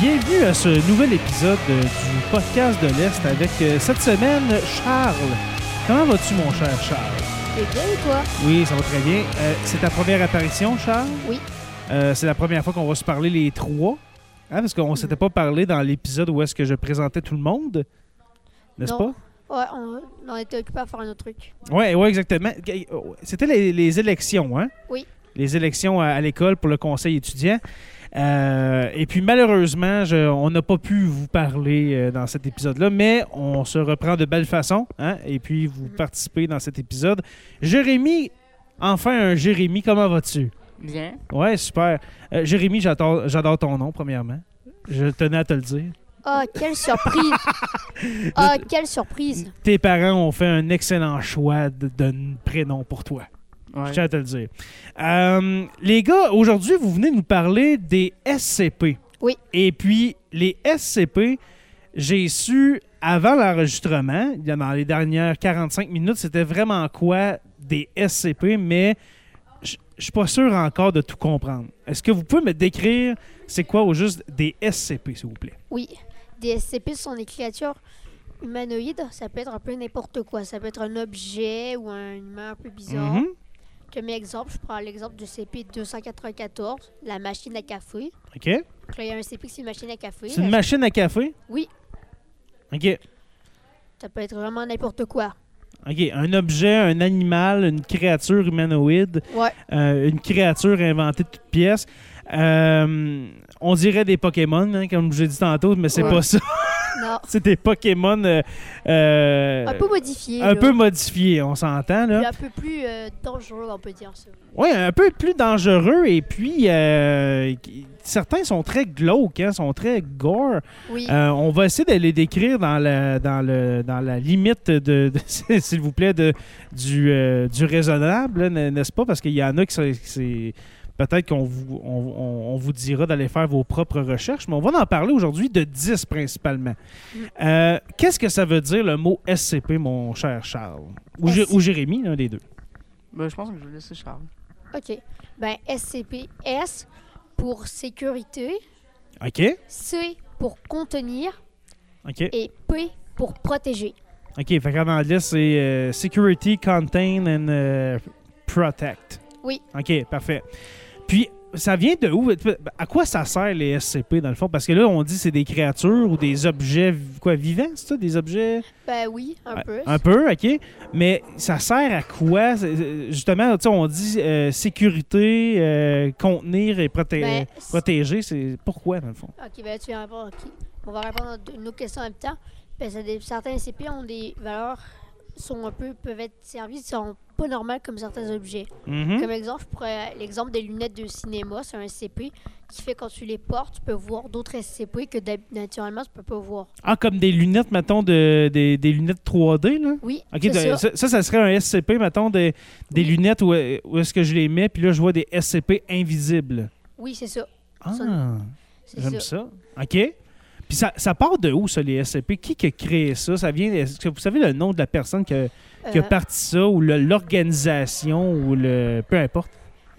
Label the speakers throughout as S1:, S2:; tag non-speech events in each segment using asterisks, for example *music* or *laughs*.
S1: Bienvenue à ce nouvel épisode euh, du podcast de l'Est avec euh, cette semaine Charles. Comment vas-tu mon cher Charles?
S2: C'est bien ou quoi?
S1: Oui, ça va très bien. Euh, c'est ta première apparition Charles?
S2: Oui.
S1: Euh, c'est la première fois qu'on va se parler les trois. Hein, parce
S2: Mm.
S1: qu'on ne s'était pas parlé dans l'épisode où est-ce que je présentais tout le monde. N'est-ce
S2: Non.
S1: pas?
S2: Ouais, on, on était occupés à faire un autre truc.
S1: Oui, ouais, exactement. Qu- euh, C'était les, les élections, hein?
S2: Oui.
S1: Les élections à, à l'école pour le conseil étudiant. Euh, et puis malheureusement, je- on n'a pas pu vous parler euh, dans cet épisode-là, mais on se reprend de belle façon. hein, Et puis vous participez dans cet épisode. Jérémy, enfin un Jérémy, comment vas-tu?
S3: Bien.
S1: Ouais, super. Euh, Jérémy, j'adore j'adore ton nom, premièrement. Je tenais à te le dire.
S2: Ah,
S1: *laughs*
S2: quelle surprise! Ah, quelle surprise!
S1: Tes parents ont fait un excellent choix de, de prénom pour toi. Je
S3: Ouais.
S1: tiens à te le dire. Euh, les gars, aujourd'hui, vous venez nous parler des SCP.
S2: Oui.
S1: Et puis, les SCP, j'ai su avant l'enregistrement, il y a dans les dernières 45 minutes, c'était vraiment quoi des SCP, mais je je suis pas sûr encore de tout comprendre. Est-ce que vous pouvez me décrire c'est quoi au juste des SCP, s'il vous plaît?
S2: Oui, des SCP sont des créatures humanoïdes. Ça peut être un peu n'importe quoi. Ça peut être un objet ou un humain un peu bizarre.
S1: Mhm.
S2: Je mets exemple, je prends l'exemple du CP294, la machine à café.
S1: OK.
S2: Donc là, il y a un CP qui c'est une machine à café.
S1: c'est une
S2: La-
S1: machine à café?
S2: Oui.
S1: OK.
S2: Ça peut être vraiment n'importe quoi.
S1: OK. Un objet, un animal, une créature humanoïde.
S2: Ouais,
S1: Euh, une créature inventée de toutes pièces. Euh, on dirait des Pokémon, hein, comme j'ai dit tantôt, mais c'est
S3: Ouais.
S1: pas ça. *laughs*
S2: non.
S1: c'est des Pokémon euh, euh,
S2: Un peu modifié.
S1: un
S2: là.
S1: peu modifiés, on s'entend.
S2: Puis
S1: là.
S2: un peu plus euh, dangereux, on peut dire ça.
S1: Oui, un peu plus dangereux. Et puis, euh, qui- certains sont très glauques, hein, sont très gore.
S2: Oui.
S1: Euh, on va essayer de les décrire dans la, dans le, dans la limite, de, *laughs* de- s'il vous plaît, de, du, euh, du raisonnable, là, n'est-ce pas? Parce qu'il y en a qui sont- qui c'est Peut-être qu'on vous, on, on- on vous dira d'aller faire vos propres recherches, mais on va en parler aujourd'hui de 10 principalement.
S2: Mm.
S1: Euh, Qu'est-ce que ça veut dire le mot SCP, mon cher Charles? Ou, Jé-
S2: SCP.
S1: ou Jérémy, l'un des deux.
S3: Ben, je pense que je vais laisser Charles.
S2: OK. Ben, SCP, S pour sécurité,
S1: OK?
S2: C pour contenir
S1: OK.
S2: et P pour protéger.
S1: OK. Fait qu'en anglais, c'est euh, Security, Contain and euh, Protect.
S2: Oui.
S1: OK, parfait. Puis, ça vient de où? À quoi ça sert les SCP, dans le fond? Parce que là, on dit que c'est des créatures ou des objets vi- quoi, vivants, c'est ça? Des objets...
S2: Ben oui, un peu.
S1: Un peu, OK. Mais ça sert à quoi? C'est- c'est- Justement, tu sais, on dit euh, sécurité, euh, contenir et proté-
S2: Ben, c'est-
S1: protéger. C'est pourquoi, dans le fond?
S2: OK, ben tu viens répondre. OK. On va répondre à deux- nos questions en même temps. Ben, ça dé- certains SCP ont des valeurs sont un peu peuvent être servies sont pas normales comme certains objets.
S1: Mhm.
S2: Comme exemple, je pourrais l'exemple des lunettes de cinéma, c'est un SCP qui fait quand tu les portes, tu peux voir d'autres SCP que d'hab- naturellement tu peux pas voir.
S1: Ah, comme des lunettes, mettons, de, des, des lunettes 3D, là?
S2: Oui,
S1: OK,
S2: c'est
S1: de-
S2: ça.
S1: ça. ça, ça serait un SCP, mettons, des, des
S2: Oui.
S1: lunettes où, où est-ce que je les mets, puis là, je vois des SCP invisibles.
S2: Oui, c'est ça.
S1: Ah,
S2: C'est
S1: j'aime ça. OK. Puis ça, ça part de où, ça, les SCP? Qui qui a créé ça? ça vient, est-ce que vous savez le nom de la personne qui a, qui a
S2: Euh,
S1: parti ça, ou le- l'organisation, ou le... Peu importe.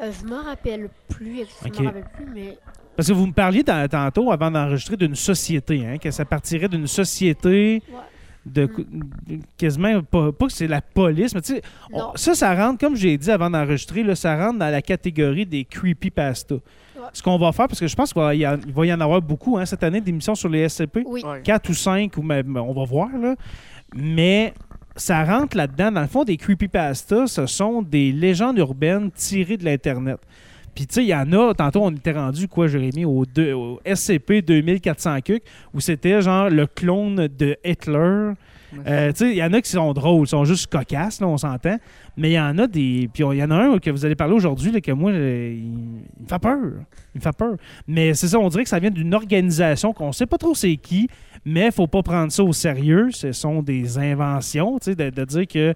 S2: Euh, je m'en rappelle plus, je
S1: Ok.
S2: m'en rappelle plus, mais
S1: Parce que vous me parliez tant- tantôt, avant d'enregistrer, d'une société, hein, que ça partirait d'une société...
S2: Ouais. Mm.
S1: De, cou- de- quasiment pas, pas que c'est la police, mais tu sais, on-
S2: non.
S1: ça, ça rentre, comme j'ai dit avant d'enregistrer, là, ça rentre dans la catégorie des creepypasta. Ce qu'on va faire, parce que je pense qu'il va y en, il va y en avoir beaucoup hein, cette année d'émissions sur les SCP,
S2: Oui,
S3: Ouais.
S1: 4 ou 5, ou même, on va voir, là. mais ça rentre là-dedans. Dans le fond, des creepypasta, ce sont des légendes urbaines tirées de l'Internet. Puis, tu sais, il y en a, tantôt, on était rendu, quoi, Jérémy, au, deux- au SCP 2400 cuc où c'était genre le clone de Hitler. Euh, tu sais, il y en a qui sont drôles, sont juste cocasses, là, on s'entend. Mais il y en a des. Puis on- il y en a un que vous allez parler aujourd'hui, là, que moi, euh, il, il me fait peur. Il me fait peur. Mais c'est ça, on dirait que ça vient d'une organisation qu'on sait pas trop c'est qui, mais faut pas prendre ça au sérieux. Ce sont des inventions, tu sais, de, de dire que.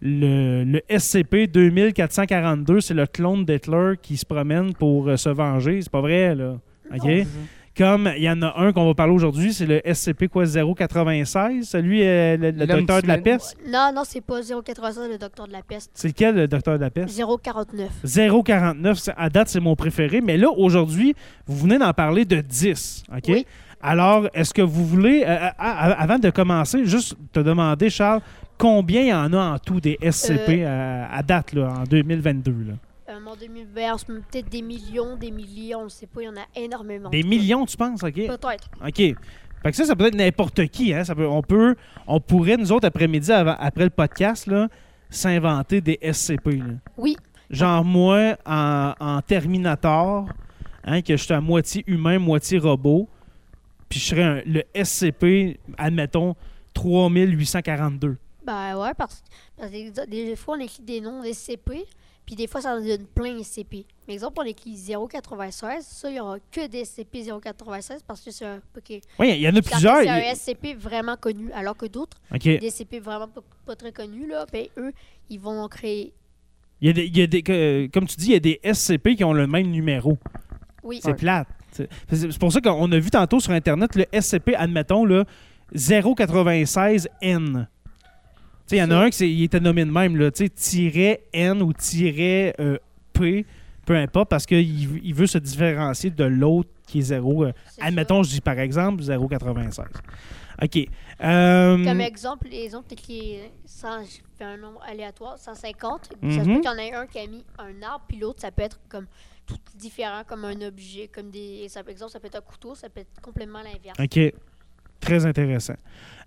S1: Le, le SCP 2442, c'est le clone d'Hitler qui se promène pour euh, se venger. C'est pas vrai, là. OK?
S3: Ouais.
S2: Mhm.
S1: Comme il y en a un qu'on va parler aujourd'hui, c'est le SCP quoi 096, celui euh, le, le
S3: L'homme
S1: docteur de la
S3: timide.
S1: peste.
S2: non, non, c'est pas 085 le docteur de la peste,
S1: C'est lequel le docteur de la peste
S2: 049.
S1: 049, c'est- à date c'est mon préféré, mais là aujourd'hui, vous venez d'en parler de 10, OK
S2: Oui.
S1: Alors, est-ce que vous voulez, euh, à- à- avant de commencer, juste te demander, Charles, combien il y en a en tout des SCP euh, à, à date, là, en 2022? là?
S2: Euh, en 2020, on se met peut-être des millions, des milliers, on le sait pas, il y en a énormément.
S1: Des millions, tu penses? OK.
S2: Peut-être.
S1: OK. Fait que ça, ça peut être n'importe qui. Hein? Ça peut, on, peut, on pourrait, nous autres, après-midi, avant- après le podcast, là, s'inventer des SCP. là.
S2: Oui.
S1: Genre moi, en, en Terminator, hein, que je suis à moitié humain, moitié robot, puis je serais un- le SCP, admettons, 3842.
S2: Ben ouais, parce parce que des, des fois, on écrit des noms des SCP, puis des fois, ça en donne plein de SCP. Par exemple, on écrit 096, ça, il n'y aura que des SCP 096 parce que c'est un. ok.
S1: Oui, il y en a
S2: Parce que
S1: plusieurs.
S2: C'est
S1: il-
S2: un SCP vraiment connu, alors que d'autres,
S1: OK.
S2: des SCP vraiment pas, pas très connus, là, ben eux, ils vont en créer.
S1: Il y a des- il y a des- que- comme tu dis, il y a des SCP qui ont le même numéro.
S2: Oui.
S1: C'est plate. C'est c'est- c'est pour ça qu'on a vu tantôt sur Internet le SCP, admettons, là, 096N. Tu sais, Il y en a
S2: Ça.
S1: un qui s'est- il était nommé de même, là, tu sais, tiret N ou tiret euh, P, peu importe, parce qu'il veut- il veut se différencier de l'autre qui est 0. euh,
S2: c'est ça.
S1: admettons, je dis par exemple 096. OK. Euh,
S2: Comme exemple, les autres qui sans je fais un nombre aléatoire, 150, ça se
S1: Mhm.
S2: peut qu'il y en ait un qui a mis un arbre, puis l'autre, ça peut être comme tout différent, comme un objet, comme des. Ça, peut- exemple, ça peut être un couteau, ça peut être complètement l'inverse.
S1: OK. Très intéressant.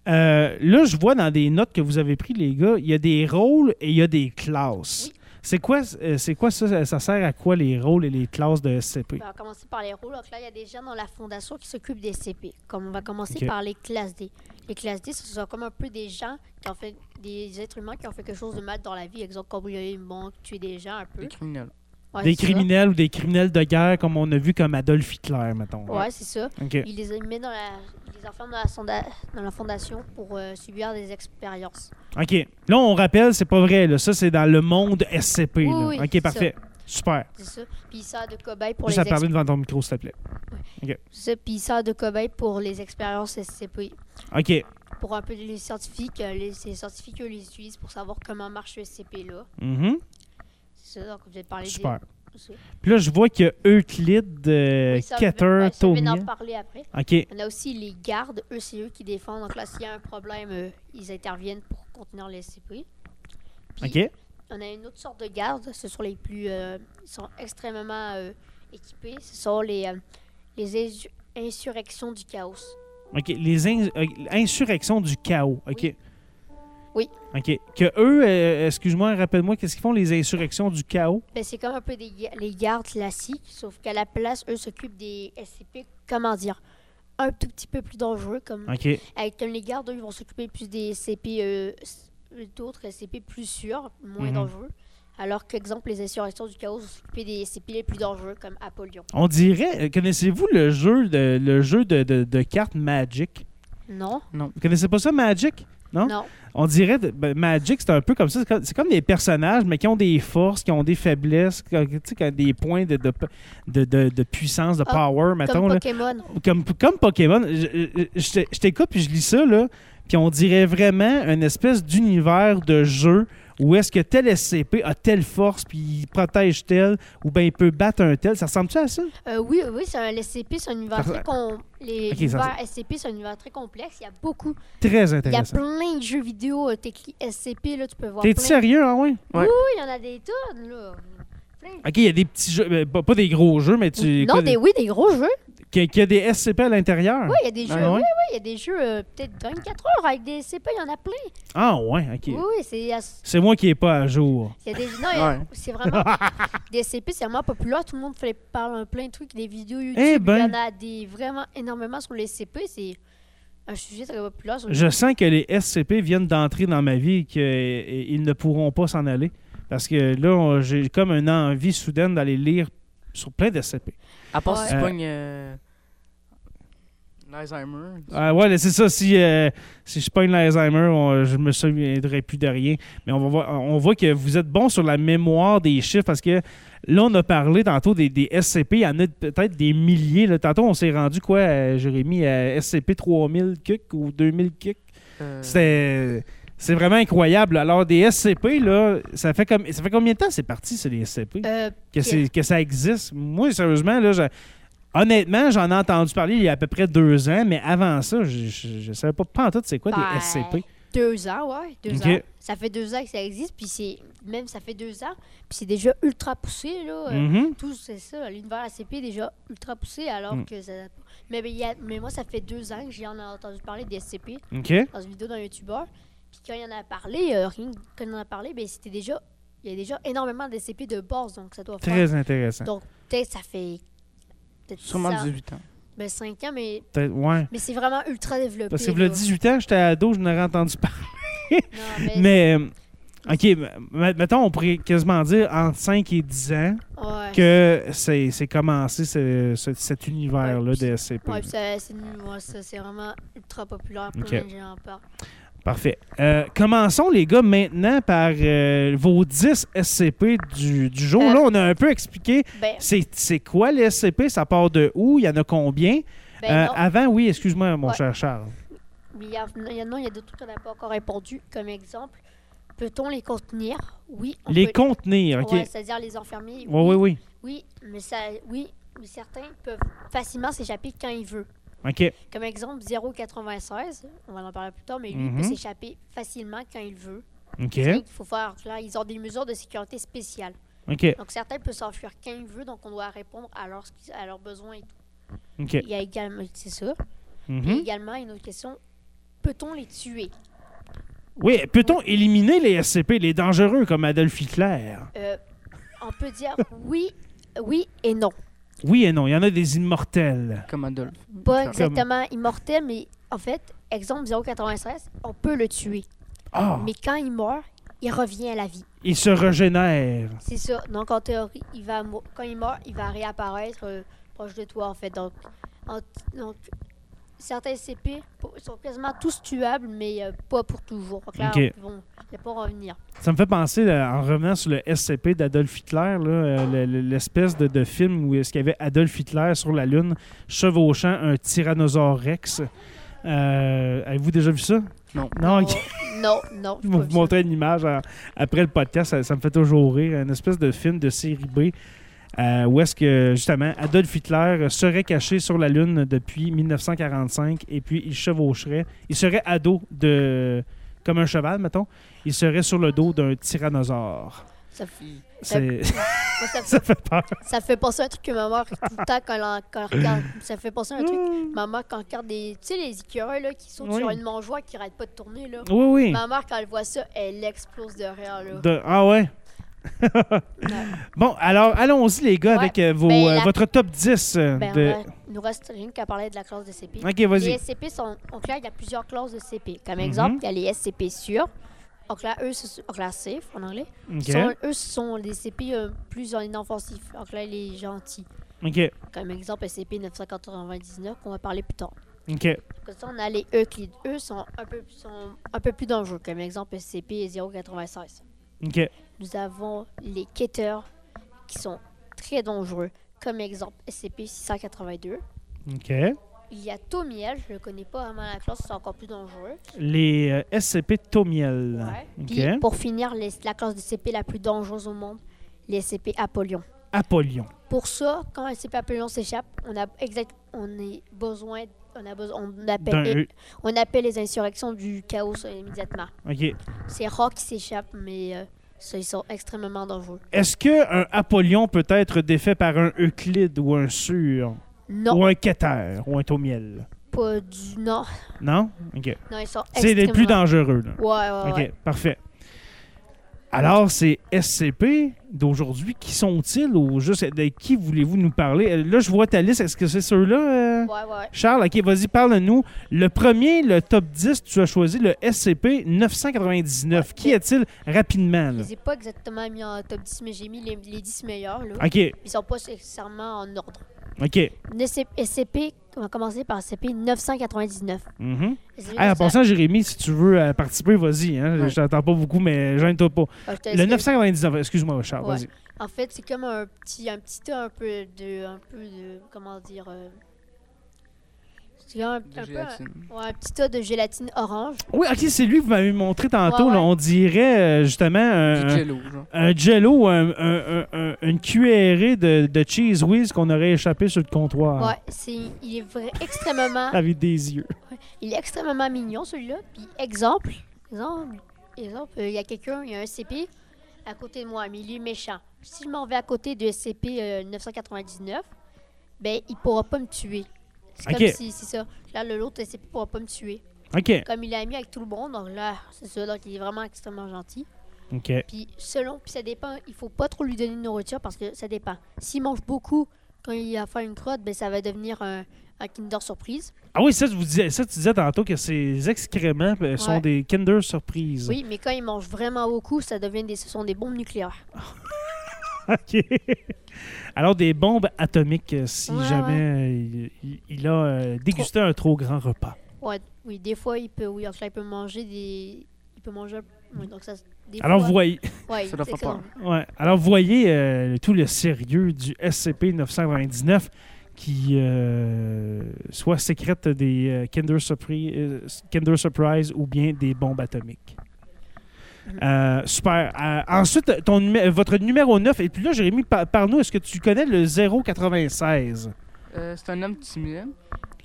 S1: Euh, là, je vois dans des notes que vous avez prises, les gars, il y a des rôles et il y a des classes.
S2: Oui.
S1: C'est quoi, euh, c'est quoi ça? Ça sert à quoi les rôles et les classes de SCP?
S2: Ben, On va commencer par les rôles. Donc là, il y a des gens dans la fondation qui s'occupent des CP. Comme on va commencer
S1: Ok.
S2: par les classes D. Les classes D, ce sont comme un peu des gens qui ont fait des êtres humains qui ont fait quelque chose de mal dans la vie. Exemple, cambrioler une banque, tuer des gens un peu.
S3: Des criminels.
S2: Ouais,
S1: des
S2: c'est ça.
S1: criminels ou des criminels de guerre, comme on a vu comme Adolf Hitler, mettons.
S2: Ouais, c'est ça.
S1: OK.
S2: Il les met dans la, il les enferme dans la, sonda- dans la fondation pour euh, subir des expériences.
S1: OK. Là, on rappelle, c'est pas vrai. Là. Ça, c'est dans le monde SCP.
S2: Oui,
S1: là.
S2: oui, c'est
S1: OK,
S2: ça.
S1: parfait. Super.
S2: C'est ça. Puis il sert de cobaye pour
S1: Juste à
S2: les ex-
S1: parler devant ton micro, s'il te plaît.
S2: c'est ça. Puis il sert de cobaye pour les expériences SCP.
S1: OK.
S2: Pour un peu les scientifiques, euh, les, les scientifiques eux, les utilisent pour savoir comment marche le SCP là.
S1: Mhm.
S2: C'est ça. Donc vous avez parlé des-
S1: Super.
S2: c'est-
S1: Puis là, je vois qu'il y a Euclide, euh,
S2: Oui, ça,
S1: Keter,
S2: je vais- je vais en
S1: Tomia.
S2: parler après.
S1: OK.
S2: On a aussi les gardes, eux c'est eux qui défendent. Donc là, s'il y a un problème, euh, ils interviennent pour contenir les SCP. Puis,
S1: OK.
S2: On a une autre sorte de garde, ce sont les plus. euh, ils sont extrêmement euh, équipés, ce sont les, euh, les insu- insurrections du chaos.
S1: OK. Les ins- euh, insurrections du chaos. OK.
S2: Oui. Oui.
S1: OK. Que eux, euh, excuse-moi, rappelle-moi, qu'est-ce qu'ils font, les insurrections du chaos?
S2: Ben, c'est comme un peu des, ga- les gardes classiques, sauf qu'à la place, eux s'occupent des SCP, comment dire, un tout petit peu plus dangereux. Comme,
S1: OK.
S2: avec, comme les gardes, eux, ils vont s'occuper plus des SCP, euh, s- d'autres SCP plus sûrs, moins
S1: Mhm.
S2: dangereux. Alors qu'exemple, les insurrections du chaos vont s'occuper des SCP les plus dangereux, comme Apollyon.
S1: On dirait, euh, connaissez-vous le jeu de le jeu de, de- de cartes Magic?
S2: Non,
S1: Vous connaissez pas ça, Magic? Non?
S2: non.
S1: On dirait, de- ben, Magic, c'est un peu comme ça. C'est comme, c'est comme des personnages, mais qui ont des forces, qui ont des faiblesses, qui ont, tu sais, qui ont des points de, de, de- de- de puissance, de
S2: Ah,
S1: power, mettons.
S2: Comme
S1: là.
S2: Pokémon.
S1: comme, comme Pokémon, je, je- je t'- je t'écoute puis je lis ça, là, puis on dirait vraiment une espèce d'univers de jeu où est-ce que tel SCP a telle force, puis il protège tel, ou bien il peut battre un tel. Ça ressemble-tu à ça?
S2: Euh, oui, oui, c'est un SCP, c'est un univers
S1: Ça-
S2: très com- les
S1: Ah, Ok, ça-
S2: univers SCP, c'est un univers très complexe. Il y a beaucoup,
S1: Très
S2: il y a
S1: intéressant.
S2: plein de jeux vidéo. euh, T'écris SCP, là, tu peux voir. Plein.
S1: T'es sérieux, hein, ouais?
S2: Oui, il y en a des tonnes, là. Plein.
S1: OK, il y a des petits jeux, ben, pas, pas des gros jeux, mais tu...
S2: non,
S1: quoi,
S2: des, oui, des gros jeux.
S1: Qu'il y a- qu'il y a des SCP à l'intérieur?
S2: Oui, il y a des
S3: Ah
S2: jeux,
S1: ouais?
S2: oui, oui, il y a des jeux euh, peut-être 24 heures avec des SCP, il y en a plein.
S1: Ah ouais, OK.
S2: Oui, oui, c'est. il y a-
S1: C'est moi qui n'ai pas à jour.
S2: Il y a
S1: *laughs*
S2: des. Non, il y a-
S3: Ouais.
S2: c'est vraiment. des SCP, c'est vraiment populaire. Tout le monde fait, parle un plein de trucs, des vidéos YouTube.
S1: Eh ben.
S2: Il y en a des, vraiment énormément sur les SCP. C'est un sujet très populaire. Sur les
S1: Je sens que les SCP viennent d'entrer dans ma vie et qu'ils ne pourront pas s'en aller. Parce que là, on- j'ai comme une envie soudaine d'aller lire sur plein de SCP.
S3: À part si
S1: Ouais.
S3: tu pognes. euh, L'Alzheimer.
S1: Ah ouais, là, c'est ça. Si, euh, si je pogne l'Alzheimer, on- je me souviendrai plus de rien. Mais on, va voir- on voit que vous êtes bon sur la mémoire des chiffres parce que là, on a parlé tantôt des, des SCP. Il y en a peut-être des milliers. là. Tantôt, on s'est rendu quoi, euh, Jérémy, à SCP 3000 kick ou 2000 kick?
S3: euh,
S1: C'était- C'est vraiment incroyable. Alors, des SCP, là, ça fait, comme, ça fait combien de temps c'est parti, c'est les SCP?
S2: Euh,
S1: que, c'est- que ça existe? Moi, sérieusement, là, je- Honnêtement, j'en ai entendu parler il y a à peu près deux ans, mais avant ça, je- je je savais pas pantoute c'est quoi
S2: Ben,
S1: des SCP.
S2: Deux ans, ouais. Deux
S1: Ok.
S2: ans. Ça fait deux ans que ça existe, puis c'est. Même ça fait deux ans, puis c'est déjà ultra poussé, là. euh,
S1: Mhm.
S2: Tout, c'est ça. L'univers ACP est déjà ultra poussé, alors
S1: Mm.
S2: que ça. Mais, mais il y a- mais moi, ça fait deux ans que j'en ai entendu parler des SCP
S1: OK.
S2: dans une vidéo d'un YouTuber. Puis quand il en a parlé, euh, rien que quand il en a parlé, ben, c'était déjà. Il y a déjà énormément de SCP de base, donc ça doit faire.
S1: Très intéressant.
S2: Donc peut-être ça fait. Peut-être
S3: Sûrement
S2: ça-
S3: 18 ans.
S2: ben, 5 ans, mais,
S1: Peut-être- Ouais.
S2: mais c'est vraiment ultra développé.
S1: Parce que vous
S2: là.
S1: le 18 ans, j'étais ado, je n'aurais entendu parler.
S2: Non, mais.
S1: Mais, euh, OK, m- mettons, on pourrait quasiment dire entre 5 et 10 ans
S2: ouais.
S1: que c'est c'est commencé ce- ce- cet univers-là
S2: Ouais,
S1: de SCP.
S2: Ouais, puis ça, c'est ouais, ça, c'est vraiment ultra populaire. Plein
S1: Ok.
S2: de gens en parlent.
S1: Parfait. Euh, commençons, les gars, maintenant par euh, vos 10 SCP du, du jour.
S2: Euh.
S1: Là, on a un peu expliqué
S2: Ben,
S1: c'est c'est quoi les SCP, ça part de où, il y en a combien.
S2: ben
S1: Euh,
S2: non.
S1: avant, oui, excuse-moi, mon
S2: Ouais.
S1: cher Charles.
S2: Mais il y, a- il y en a, il y a d'autres trucs qu'on n'a pas encore répondu. Comme exemple, peut-on les contenir Oui. on
S1: Les
S2: peut-
S1: contenir, OK?
S2: Ouais, c'est-à-dire les enfermer.
S1: oui, oui, oui.
S2: Oui, mais ça, oui, mais certains peuvent facilement s'échapper quand ils veulent.
S1: OK.
S2: Comme exemple, 0,96, on va en parler plus tard, mais lui, il
S1: Mhm.
S2: peut s'échapper facilement quand il veut.
S1: OK.
S2: Donc, il faut faire, là, ils ont des mesures de sécurité spéciales.
S1: OK.
S2: Donc, certains peuvent s'enfuir quand ils veulent, donc on doit répondre à leurs, à leurs besoins et tout.
S1: OK.
S2: Il y a également, c'est ça.
S1: Mhm.
S2: Puis également, une autre question, peut-on les tuer?
S1: Oui, peut-on éliminer les SCP, les dangereux comme Adolf Hitler?
S2: Euh, on peut dire oui, oui et non.
S1: Oui et non, il y en a des immortels.
S3: Comme Adolphe.
S2: Pas
S3: Comme-
S2: exactement immortel, mais en fait, exemple 0,96, on peut le tuer.
S1: Ah,
S2: Mais quand il meurt, il revient à la vie.
S1: ils se régénèrent.
S2: C'est ça. Donc, en théorie, il va mou- quand il meurt, il va réapparaître euh, proche de toi, en fait. Donc, en- donc, certains CP po- sont quasiment tous tuables, mais euh, pas pour toujours. Donc là,
S1: Ok.
S2: on- bon, il va pas revenir.
S1: Ça me fait penser, là, en revenant sur le SCP d'Adolf Hitler, là, euh, le- le- l'espèce de, de film où est-ce qu'il y avait Adolf Hitler sur la Lune chevauchant un tyrannosaure Rex. Euh, Avez-vous déjà vu ça?
S3: Non.
S1: Non,
S2: Oh,
S1: ok.
S2: non, non.
S1: je
S2: j'ai
S1: vais
S2: pas vu
S1: vous
S2: ça.
S1: montrer une image euh, après le podcast, ça, ça me fait toujours rire. Une espèce de film de série B euh, où est-ce que, justement, Adolf Hitler serait caché sur la Lune depuis 1945 et puis il chevaucherait, il serait à dos de. comme un cheval, mettons, il serait sur le dos d'un tyrannosaure.
S2: Ça, f-
S1: C'est-
S2: moi, ça,
S1: *laughs*
S2: f-
S1: ça fait peur.
S2: ça me fait penser à un truc que ma mère tout le temps quand elle, en- quand elle regarde. Ça me fait penser à un truc. Ma mère, quand elle regarde des. Tu sais, les écureuils là, qui sont
S1: Hmm. Oui.
S2: sur une mangeoire qui arrête pas de tourner. là.
S1: Oui, oui.
S2: Ma mère, quand elle voit ça, elle explose de rire. Là.
S1: De- Ah ouais.
S2: *laughs* Ouais.
S1: Bon, alors allons-y les gars
S2: Ouais,
S1: avec euh, vos,
S2: ben,
S1: euh,
S2: la-
S1: votre top 10 euh,
S2: Ben,
S1: de-
S2: ouais, il nous reste rien qu'à parler de la classe de CP.
S1: Ok, vas-y.
S2: Les SCP sont. Donc là, il y a plusieurs classes de CP. Comme
S1: Mhm.
S2: exemple, il y a les SCP sûrs. Donc là, eux, ce sont- donc là, safe en anglais.
S1: Ok.
S2: Sont- eux, ce sont les CP euh, plus inoffensifs. Donc là, les gentils.
S1: Ok.
S2: Comme exemple, SCP 999, qu'on va parler plus tard.
S1: Ok.
S2: Comme ça, on a les E qui, eux, sont un peu, sont un peu plus dangereux. Comme exemple, SCP 096.
S1: Ok.
S2: Nous avons les quêteurs qui sont très dangereux. Comme exemple, SCP 682.
S1: OK.
S2: Il y a Tomiel, je le connais pas vraiment la classe, c'est encore plus dangereux.
S1: Les euh, SCP Tomiel. OK.
S2: Puis pour finir, les- la classe de CP la plus dangereuse au monde, les CP Apollyon.
S1: Apollyon.
S2: Pour ça, quand un CP Apollyon s'échappe, on a exact, on est besoin, on a besoin, on
S1: D'un
S2: appelle,
S1: E.
S2: on appelle les insurrections du chaos euh, immédiatement.
S1: OK.
S2: C'est rare qui s'échappe, mais euh, ça, ils sont extrêmement dangereux.
S1: Est-ce qu'un Apollyon peut être défait par un Euclide ou un Sur
S2: Non,
S1: ou un Keter ou un Tomiel?
S2: pas du non,
S1: Non? OK.
S2: non ils sont
S1: C'est les plus
S2: extrêmement-
S1: dangereux, là.
S2: Ouais, ouais,
S1: OK,
S2: ouais.
S1: parfait. Alors, ces SCP d'aujourd'hui, qui sont-ils ou juste eh, de qui voulez-vous nous parler? Euh, Là, je vois ta liste. Est-ce que c'est ceux-là? euh?
S2: Ouais, ouais.
S1: Charles, OK, vas-y, parle-nous. Le premier, le top 10, tu as choisi le SCP-999.
S2: Ouais,
S1: Qui
S2: mais-
S1: est-il rapidement?
S2: Je
S1: là?
S2: les ai pas exactement mis en top 10, mais j'ai mis les, les 10 meilleurs. Là.
S1: OK,
S2: Ils sont pas nécessairement en ordre.
S1: OK.
S2: Le C- SCP, on va commencer par SCP 999.
S1: Mhm.
S2: SCP
S1: Hey, en passant, Jérémy, si tu veux euh, participer, vas-y. Hein?
S3: Ouais.
S1: Je t'entends pas beaucoup, mais gêne-toi pas.
S2: Ah, je te
S1: Le
S2: laisse-
S1: 999, excuse-moi, Charles,
S2: Ouais.
S1: vas-y.
S2: En fait, c'est comme un petit, un petit tas un peu de, un peu de, comment dire, euh, C'est quand même
S3: de
S2: un, un peu un,
S3: gélatine.
S2: ouais, un petit tas de gélatine orange.
S1: Oui, ok, c'est lui que vous m'avez montré tantôt.
S2: Ouais,
S1: là.
S2: ouais.
S1: on dirait euh, justement un,
S3: Du
S1: un-
S3: jello, genre.
S1: un jello, un- un- un- un- une cuillerée de, de cheese whiz qu'on aurait échappé sur le comptoir
S2: Ouais, c'est, il est vrai- extrêmement,
S1: avec des yeux.
S2: il est extrêmement mignon celui-là. Puis exemple, exemple, exemple, euh, il y a quelqu'un, il y a un CP à côté de moi, mais il est méchant. Si je m'en vais à côté de CP euh, 999, ben il pourra pas me tuer. C'est
S1: Ok.
S2: comme si, c'est ça. Là, le- l'autre SCP pourra pas me tuer.
S1: Ok,
S2: Comme il est ami avec tout le monde, donc là, c'est ça. Donc il est vraiment extrêmement gentil.
S1: ok.
S2: Puis selon, puis ça dépend, il faut pas trop lui donner de nourriture parce que ça dépend. S'il mange beaucoup quand il a faim une crotte, ben ça va devenir un, un Kinder surprise.
S1: Ah oui, ça, je vous disais, ça, tu disais tantôt que ces excréments euh, sont
S2: Ouais.
S1: des Kinder Surprise.
S2: Oui, mais quand il mange vraiment beaucoup, ça devient des, ce sont des bombes nucléaires.
S1: *laughs* OK. Alors, des bombes atomiques, euh, si
S2: Ouais,
S1: jamais euh, il, il a euh, dégusté un trop grand repas.
S2: Ouais, oui, des fois il peut, oui, donc là, il peut manger des, il peut manger, oui, donc ça. Des
S1: Alors,
S2: fois-
S1: vous voyez,
S2: ouais,
S3: Ça doit
S2: c'est
S3: faire peur.
S2: ça.
S1: ouais, alors, vous voyez euh, tout le sérieux du SCP-999 qui euh, soit sécrète des euh, Kinder, Surpri- euh, Kinder Surprise ou bien des bombes atomiques. Euh, super. Euh, ensuite, ton numé- votre numéro 9, et puis là, Jérémy, par- parle-nous, est-ce que tu connais le 096?
S3: Euh, c'est un homme timide.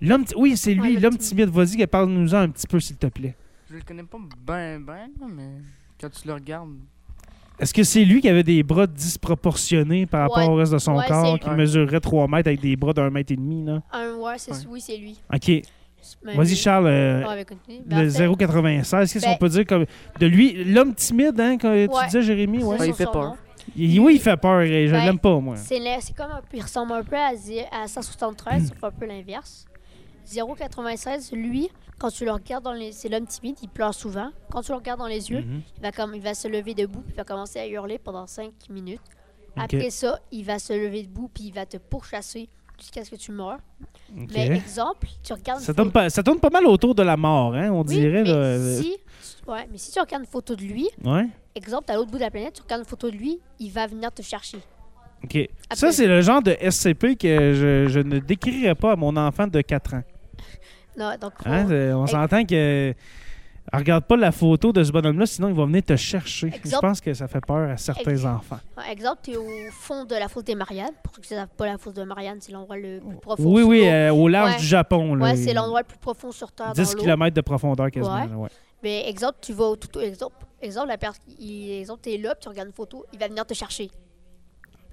S1: L'homme, ti- oui, c'est lui,
S2: Ouais, le
S1: l'homme
S2: petit-
S1: timide. Vas-y, parle-nous-en un petit peu, s'il te plaît.
S3: Je le connais pas ben ben, là, mais quand tu le regardes,
S1: Est-ce que c'est lui qui avait des bras disproportionnés par rapport
S2: Ouais.
S1: au reste de son
S2: Ouais,
S1: corps,
S2: c'est
S1: qui
S3: lui.
S1: mesurait 3 mètres avec des bras d'un mètre et demi, là?
S2: Un ouais, c'est,
S3: Ouais.
S2: oui, c'est lui.
S1: OK.
S2: Ben,
S1: Vas-y,
S2: oui.
S1: Charles. euh,
S2: Ouais, ben, continue. Ben, en
S1: le
S2: fait,
S1: 096, qu'est-ce
S2: Ben-
S1: qu'on peut dire comme de lui? L'homme timide, hein, que tu
S2: Ouais.
S1: disais, Jérémy?
S2: c'est
S1: Ouais.
S2: son
S3: il fait peur.
S2: surnom.
S1: Il- oui, il fait peur et je
S2: Ben-
S1: l'aime pas, moi.
S2: C'est la- c'est comme un peu, il ressemble un peu à, zé- à 173,
S1: Mm.
S2: c'est un peu l'inverse. 0,96, lui, quand tu le regardes dans les. C'est l'homme timide, il pleure souvent. Quand tu le regardes dans les yeux,
S1: Mhm.
S2: il, va comme, il va se lever debout, puis il va commencer à hurler pendant 5 minutes.
S1: Ok.
S2: Après ça, il va se lever debout, puis il va te pourchasser jusqu'à ce que tu meurs.
S1: OK.
S2: Mais exemple, tu regardes.
S1: Ça
S2: une photo-
S1: tourne, pas, ça tourne pas mal autour de la mort, hein, on
S2: Oui,
S1: dirait.
S2: mais
S1: là. euh,
S2: si, ouais, mais si tu regardes une photo de lui,
S1: Ouais.
S2: exemple, à l'autre bout de la planète, tu regardes une photo de lui, il va venir te chercher.
S1: OK. Ça,
S2: Après-
S1: c'est le genre de SCP que je, je ne décrirais pas à mon enfant de 4 ans.
S2: Non, donc, faut-
S1: Hein, c'est- On
S2: Ex-
S1: s'entend que. euh, Regarde pas la photo de ce bonhomme-là, sinon il va venir te chercher. Je
S2: Exemple-
S1: pense que ça fait peur à certains
S2: Ex-
S1: enfants.
S2: Par exemple, tu es au fond de la fosse des Mariannes. Pour ceux qui ne savent pas, la fosse de Marianne, c'est l'endroit le plus profond.
S1: Oui,
S2: sur
S1: oui,
S2: l'eau.
S1: euh, au large
S2: Ouais.
S1: du Japon. Là,
S2: ouais, c'est l'endroit le plus profond sur Terre.
S1: 10
S2: dans l'eau.
S1: km de profondeur quasiment.
S2: Ouais.
S1: là, ouais.
S2: Mais exemple, tu vas au tout. Exemple, exemple, la personne, il, exemple, t'es là, puis tu regardes une photo, il va venir te chercher.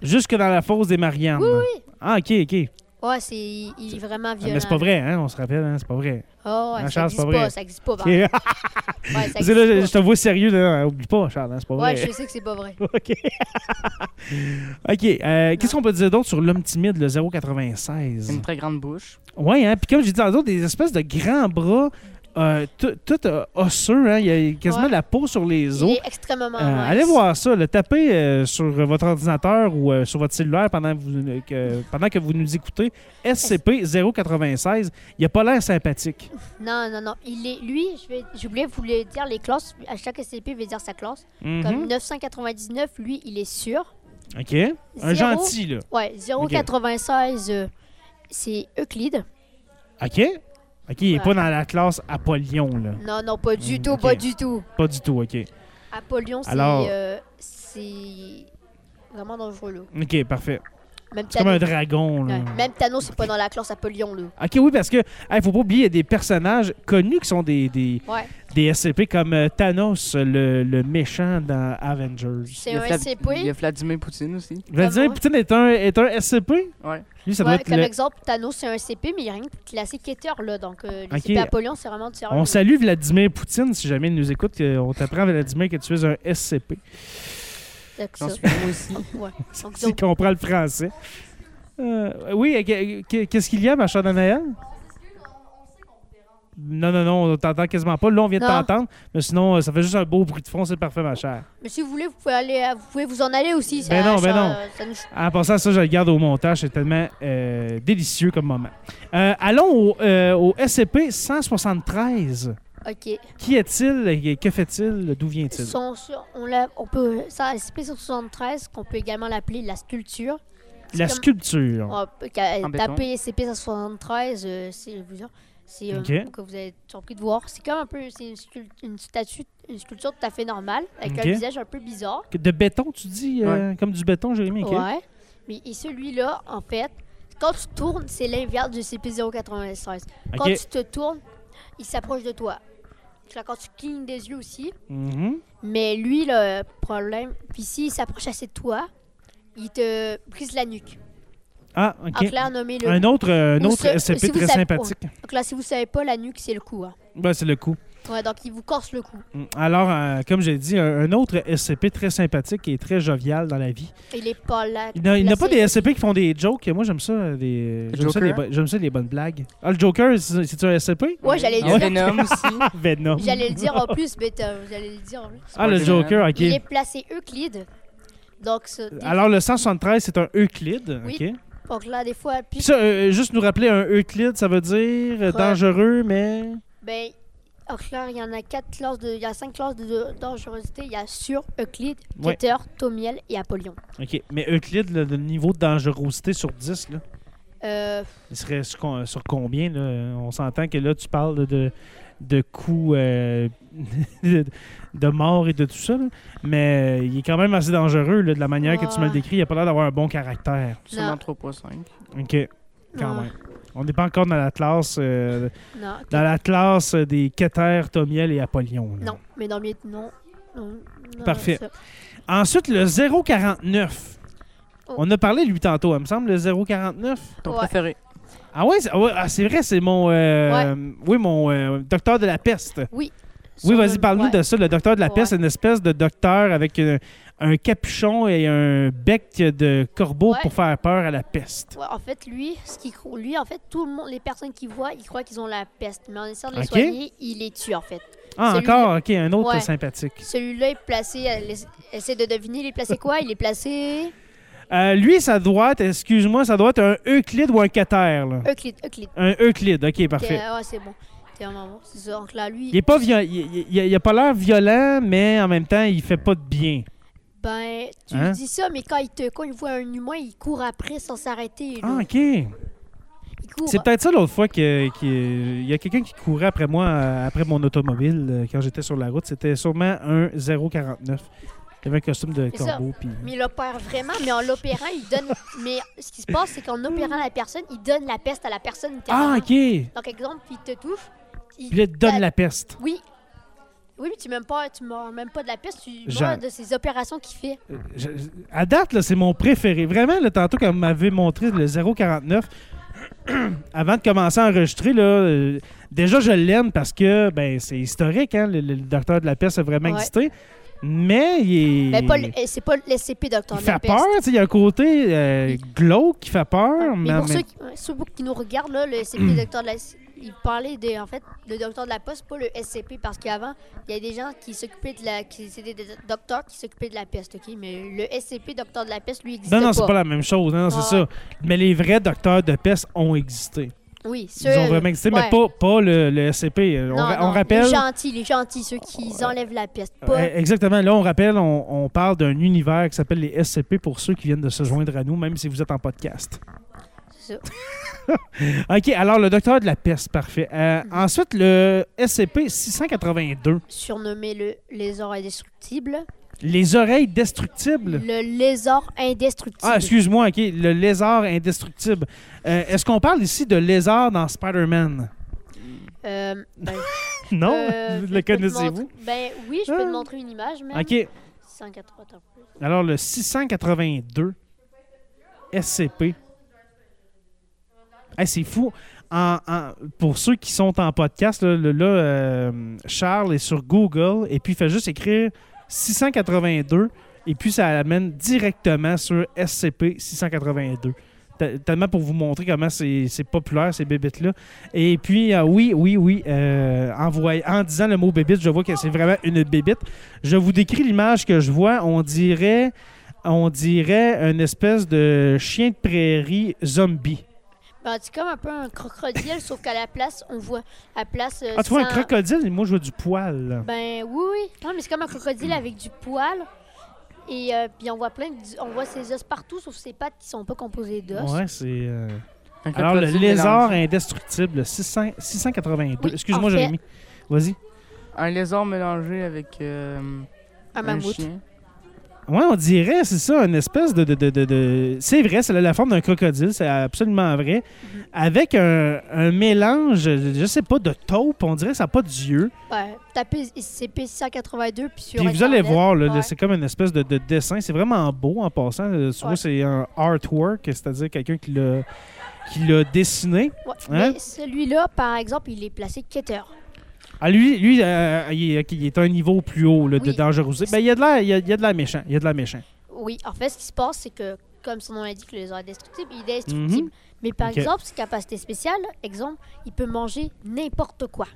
S1: Jusque dans la fosse des Mariannes.
S2: Oui, oui.
S1: Ah, OK, OK.
S2: Ouais, c'est, il est vraiment
S1: Ah,
S2: violent.
S1: mais c'est pas vrai, hein, on se rappelle, hein, c'est pas vrai.
S2: Ah,
S1: Ah,
S2: ouais, ça
S1: Charles, c'est
S2: n'existe
S1: pas
S2: pas,
S1: vrai.
S2: ça n'existe pas.
S1: OK.
S2: Varda.
S1: *laughs*
S2: Ouais, ça
S1: Parce que là, je
S2: existe
S1: te vois sérieux, là. hein, Oublie pas, Charles, hein, c'est pas
S2: pas.
S1: vrai.
S2: Ouais, je sais que c'est pas vrai.
S1: *laughs* OK. *laughs* OK. euh, Qu'est-ce qu'on peut dire d'autre sur l'homme timide, le 096?
S3: une très grande bouche.
S1: Oui, hein? puis comme j'ai dit tantôt, des espèces de grands bras, euh, tout tout, euh, osseux, hein? il y a quasiment
S2: Ouais.
S1: la peau sur les
S2: Il
S1: os.
S2: est extrêmement.
S1: Euh,
S2: mince.
S1: allez voir ça, le taper sur votre ordinateur ou euh, sur votre cellulaire pendant que vous, que- pendant que vous nous écoutez. SCP-096, il a pas l'air sympathique.
S2: Non, non, non. Il est, lui, je vais, j'oubliais de vous le dire les classes. À chaque SCP, va dire sa classe. Comme
S1: Mhm.
S2: 999, lui, il est sûr.
S1: OK. Un
S2: Zéro.
S1: gentil, là.
S2: Ouais, 0,96, euh, c'est Euclide.
S1: OK? OK, il n'est
S2: Ouais.
S1: pas dans la classe Apollyon, là.
S2: Non, non, pas du
S1: Mm,
S2: tout,
S1: ok.
S2: pas du tout.
S1: Pas du tout, OK.
S2: Apollyon, c'est.
S1: Alors-
S2: euh, c'est. Vraiment dangereux, là.
S1: OK, parfait.
S2: Même
S1: C'est comme un euh.
S2: Thanos.
S1: dragon, là.
S2: ouais, Même Thanos, c'est pas dans la classe Apollyon, là.
S1: OK, oui, parce que, hey, faut pas oublier, il y a des personnages connus qui sont des, des,
S2: Ouais.
S1: des SCP comme euh, Thanos, le, le méchant dans Avengers.
S2: C'est
S3: Il y a
S2: un
S3: Fla-
S2: SCP.
S3: Il y a Vladimir Poutine aussi.
S1: Vladimir
S2: Comment?
S1: Poutine est un, est un SCP?
S3: Ouais.
S1: Lui, ça
S2: Ouais,
S1: doit être
S2: comme
S1: le...
S2: exemple, Thanos, c'est un CP, mais il n'y a rien de plus classique qu'Ether, là. Donc, euh, les
S1: Ok.
S2: CP Apollyon, c'est vraiment différent.
S1: On salue Vladimir Poutine, si jamais il nous écoute. que- On t'apprend, Vladimir, que tu es un SCP.
S2: Donc, ça.
S3: J'en suis moi aussi.
S2: *laughs*
S1: *laughs*
S2: Ouais. Donc,
S1: S'il comprend le français. Euh, oui, euh, que- que- qu'est-ce qu'il y a, ma chère Anaël? Non, non, non, on t'entend quasiment pas. Là, on vient de
S2: Non.
S1: t'entendre, mais sinon, euh, ça fait juste un beau bruit de fond, c'est parfait, ma chère.
S2: Mais si vous voulez, vous pouvez, aller, à- vous, pouvez vous en aller aussi.
S1: Ben non, ben non.
S2: euh, ça nous-
S1: En passant, ça, je le garde au montage. C'est tellement euh, délicieux comme moment. Euh, allons au, euh, au SCP-173.
S2: Ok.
S1: Qui est-il? et Que fait-il? D'où vient-il?
S2: Son- sur- on, l'a- on peut, ça, SCP-173, qu'on peut également l'appeler la sculpture.
S1: La
S2: comme-
S1: sculpture.
S2: On peut ca-
S3: En béton.
S2: taper SCP-173, euh, c'est vous dire, C'est euh,
S1: Ok.
S2: que vous êtes surpris de voir. C'est comme un peu c'est une, sculp- une statue, une sculpture tout à fait normale, avec
S1: Ok.
S2: un visage un peu bizarre.
S1: De béton, tu dis euh, Comme du béton, Jérémy. ok.
S2: Ouais. Mais et celui-là, en fait, quand tu tournes, c'est l'inverse du CP096. Quand
S1: Ok.
S2: tu te tournes, il s'approche de toi. Donc là, Quand tu clignes des yeux aussi,
S1: Mhm.
S2: mais lui, le problème, puis s'il s'approche assez de toi, il te brise la nuque.
S1: Ah,
S2: En
S1: ok.
S2: clair, nommé le.
S1: Un autre, euh, un
S2: Ou
S1: autre
S2: ce-
S1: SCP
S2: si vous
S1: très
S2: savez-
S1: sympathique.
S2: Donc là, si vous savez pas, la nuque, c'est le cou. hein.
S1: Ouais, c'est le coup.
S2: Ouais, donc il vous corse le cou.
S1: Mm. Alors, euh, comme j'ai dit, un, un autre SCP très sympathique et très jovial dans la vie.
S2: Il est pas là.
S1: Il n'a il n'a pas des
S2: placé-
S1: SCP qui font des jokes. Moi, j'aime ça, euh, des, j'aime ça,
S3: Joker?
S1: des bo- j'aime ça, les bonnes blagues. Ah, le Joker, c'est- c'est-tu un
S2: *laughs*
S1: SCP?
S2: Ouais, j'allais
S3: Ah ouais?
S2: dire.
S3: Venom aussi.
S1: Venom.
S2: *laughs* J'allais le dire en plus, mais t'as- j'allais le dire en plus.
S1: Ben Ah, le
S3: Spider-Man.
S1: Joker, OK.
S2: Il est placé Euclide. Donc, ce- des-
S1: Alors, le 173, c'est un Euclide.
S2: Oui.
S1: OK.
S2: donc là, des fois,
S1: Puis
S2: puis,
S1: ça, euh, juste nous rappeler un Euclide, ça veut dire euh,
S2: Pro-
S1: dangereux, mais.
S2: ben, en clair, il y en a quatre classes de, il y a cinq classes de, de dangerosité. Il y a sur Euclide,
S1: Ouais.
S2: Keter, Tomiel et Apollyon.
S1: OK. Mais Euclide, le, le niveau de dangerosité sur 10, là,
S2: Euh,
S1: il serait sur, con- sur combien? Là? On s'entend que là, tu parles de- de, de coups euh, *laughs* de, de mort et de tout ça, là. mais euh, il est quand même assez dangereux là, de la manière que tu me le
S2: Ouais.
S1: décris. Il n'a pas l'air d'avoir un bon caractère.
S3: Sûrement
S2: Non.
S3: 3.5.
S1: OK. Quand
S2: Ouais.
S1: même. On n'est pas encore dans la classe euh,
S2: non,
S1: dans la classe des Keter, Tomiel et Apollyon. là.
S2: non, mais dans mes non. non, non,
S1: Parfait.
S2: ça.
S1: Ensuite, le 049.
S2: Oh.
S1: On a parlé de lui tantôt, hein, il me semble, le 049.
S3: Ton
S2: Ouais.
S3: préféré.
S1: Ah ouais, c'est ah ouais, ah, c'est vrai, c'est mon... euh, Oui, mon euh, docteur de la peste. Oui,
S2: Sur
S1: vas-y,
S2: le-
S1: parle-nous
S2: ouais.
S1: de ça. Le docteur de la
S2: Ouais.
S1: peste, c'est une espèce de docteur avec euh, un capuchon et un bec de corbeau
S2: Ouais.
S1: pour faire peur à la peste.
S2: Ouais, en fait, lui, ce qu'il cro- lui, en fait, tout le monde, les personnes qui voient, ils croient qu'ils ont la peste, mais en essayant de les
S1: Ok.
S2: soigner, il les tue en fait.
S1: Ah,
S2: Celui-
S1: encore, OK, un autre
S2: Ouais.
S1: sympathique.
S2: Celui-là est placé, elle essa- essaie de deviner, il est placé quoi Il est placé
S1: Euh, lui, ça doit être, excuse-moi, ça doit être un Euclide ou un Cater, là.
S2: Euclide, Euclide.
S1: Un Euclide, OK, parfait.
S2: T'es- ouais, c'est bon. T'es vraiment bon. C'est ça. Donc là, lui,
S1: Il est pas viol- il, il- il- il a pas l'air violent, mais en même temps, il fait pas de bien.
S2: ben, tu
S1: Hein?
S2: dis ça, mais quand il te, quand il voit un humain, il court après sans s'arrêter. là.
S1: Ah, OK.
S2: il court.
S1: C'est peut-être ça l'autre fois que- que- il y a quelqu'un qui courait après moi, euh, après mon automobile, euh, quand j'étais sur la route. C'était sûrement un 049. Il avait un costume de
S2: C'est ça.
S1: corbeau. puis-
S2: Mais il opère vraiment, mais en l'opérant, il donne. mais ce qui se passe, c'est qu'en opérant la personne, il donne la peste à la personne.
S1: Ah,
S2: littéralement.
S1: OK. Puis
S2: Donc, exemple, il te touche. Il
S1: là, il te donne la peste.
S2: Oui. Oui, mais tu meurs pas, tu meurs même pas de la peste, tu
S1: Jean-
S2: meurs de ces opérations qu'il fait.
S1: Euh, je- à date, là, c'est mon préféré. Vraiment, là, tantôt, quand vous m'avez montré le 049, *clears throat* avant de commencer à enregistrer, là, euh, déjà, je l'aime parce que ben, c'est historique. hein, le, le docteur de la peste a vraiment
S2: Ouais.
S1: existé. Mais il est.
S2: Mais pas le- eh, c'est pas le SCP Docteur
S1: Il fait peur, tu sais, il y a un côté euh, glauque qui fait peur, mais,
S2: mais pour
S1: mais- Mm.
S2: ceux qui, ouais, ceux qui nous regardent, là, le SCP Docteur de la il parlait de, en fait, le Docteur de la Poste, pas le SCP, parce qu'avant, il y a des gens qui s'occupaient de la. qui c'était des docteurs qui s'occupaient de la peste, ok? Mais le SCP Docteur de la Peste, lui, existe
S1: Non, non,
S2: pas.
S1: c'est pas la même chose, hein, c'est
S2: Ouais,
S1: ça.
S2: ouais.
S1: Mais les vrais docteurs de peste ont existé.
S2: Oui,
S1: Ils
S2: ceux.
S1: ont vraiment existé, mais
S2: ouais.
S1: pas, pas le, le SCP. Euh, on,
S2: Non,
S1: ra- on
S2: non,
S1: rappelle.
S2: Les gentils, les gentils, ceux qui enlèvent la peste. Pas,
S1: Euh, Exactement, là, on rappelle, on, on parle d'un univers qui s'appelle les SCP pour ceux qui viennent de se joindre à nous, même si vous êtes en podcast.
S2: c'est ça.
S1: OK, alors le docteur de la peste, parfait. Euh, Ensuite, le SCP-682,
S2: surnommé le lézard indestructible.
S1: les oreilles destructibles.
S2: Le lézard indestructible.
S1: Ah, excuse-moi, OK. Le lézard indestructible. Euh, Est-ce qu'on parle ici de lézard dans Spider-Man?
S2: Euh, ben,
S1: Non?
S2: euh, je
S1: Vous
S2: peux
S1: *laughs* le
S2: te
S1: connaissez-vous?
S2: montrer- Ben oui, je peux
S1: Ah.
S2: te montrer une image même.
S1: OK.
S2: 180 attends.
S1: Alors, le 682 SCP. Hey, c'est fou. En- en- pour ceux qui sont en podcast, là, le- là, euh, Charles est sur Google et puis il fait juste écrire 682 et puis ça l'amène directement sur SCP-682. Te- Tellement pour vous montrer comment c'est c'est populaire, ces bébites-là. Et puis, euh, oui, oui, oui, euh, en, voy- en disant le mot bébite, je vois que c'est vraiment une bébite. Je vous décris l'image que je vois. On dirait, on dirait une espèce de chien de prairie zombie.
S2: Ben, c'est comme un peu un crocodile, sauf qu'à la place, on voit. À la place. euh,
S1: Ah, tu vois un
S2: sans-
S1: crocodile? Moi, je vois du poil. là.
S2: Ben oui, oui. Non, mais c'est comme un crocodile avec du poil. Et euh, puis on voit plein de- On voit ses os partout, sauf ses pattes qui sont pas composées d'os.
S1: Ouais, c'est. euh,
S3: Fait que
S1: Alors, le
S3: petit
S1: lézard
S3: mélange.
S1: indestructible, 600 682.
S2: Oui, en
S1: Excuse-moi,
S2: fait-
S1: Jérémy. Vas-y.
S3: Un lézard mélangé avec euh,
S2: Un
S3: un
S2: mammouth.
S3: chien.
S1: Ouais, on dirait, c'est ça, une espèce de. de, de, de- de- C'est vrai, c'est la forme d'un crocodile, c'est absolument vrai.
S2: Mhm.
S1: Avec un, un mélange, je sais pas, de taupe, on dirait que ça n'a pas d'yeux.
S2: Ouais, tapez ICP 182 puis sur
S1: Puis vous allez
S2: Internet,
S1: voir, là,
S2: ouais.
S1: c'est comme une espèce de, de dessin. C'est vraiment beau en passant. Euh, Souvent,
S2: Ouais.
S1: c'est un artwork, c'est-à-dire quelqu'un qui l'a qui l'a dessiné.
S2: Ouais,
S1: Hein?
S2: mais celui-là, par exemple, il est placé quêteur.
S1: Ah, lui, lui euh, il, est, il est un niveau plus haut là, de
S2: Oui.
S1: dangerosité. Ben, il y a de l'air- il y a, il y a de l'air méchant. Il y a de l'air méchant.
S2: Oui, en fait, ce qui se passe, c'est que, comme son nom l'indique, le lézard est destructible, il est destructible. Mais par
S1: Mhm. Ok.
S2: exemple, ses capacités spéciales, exemple, il peut manger n'importe quoi.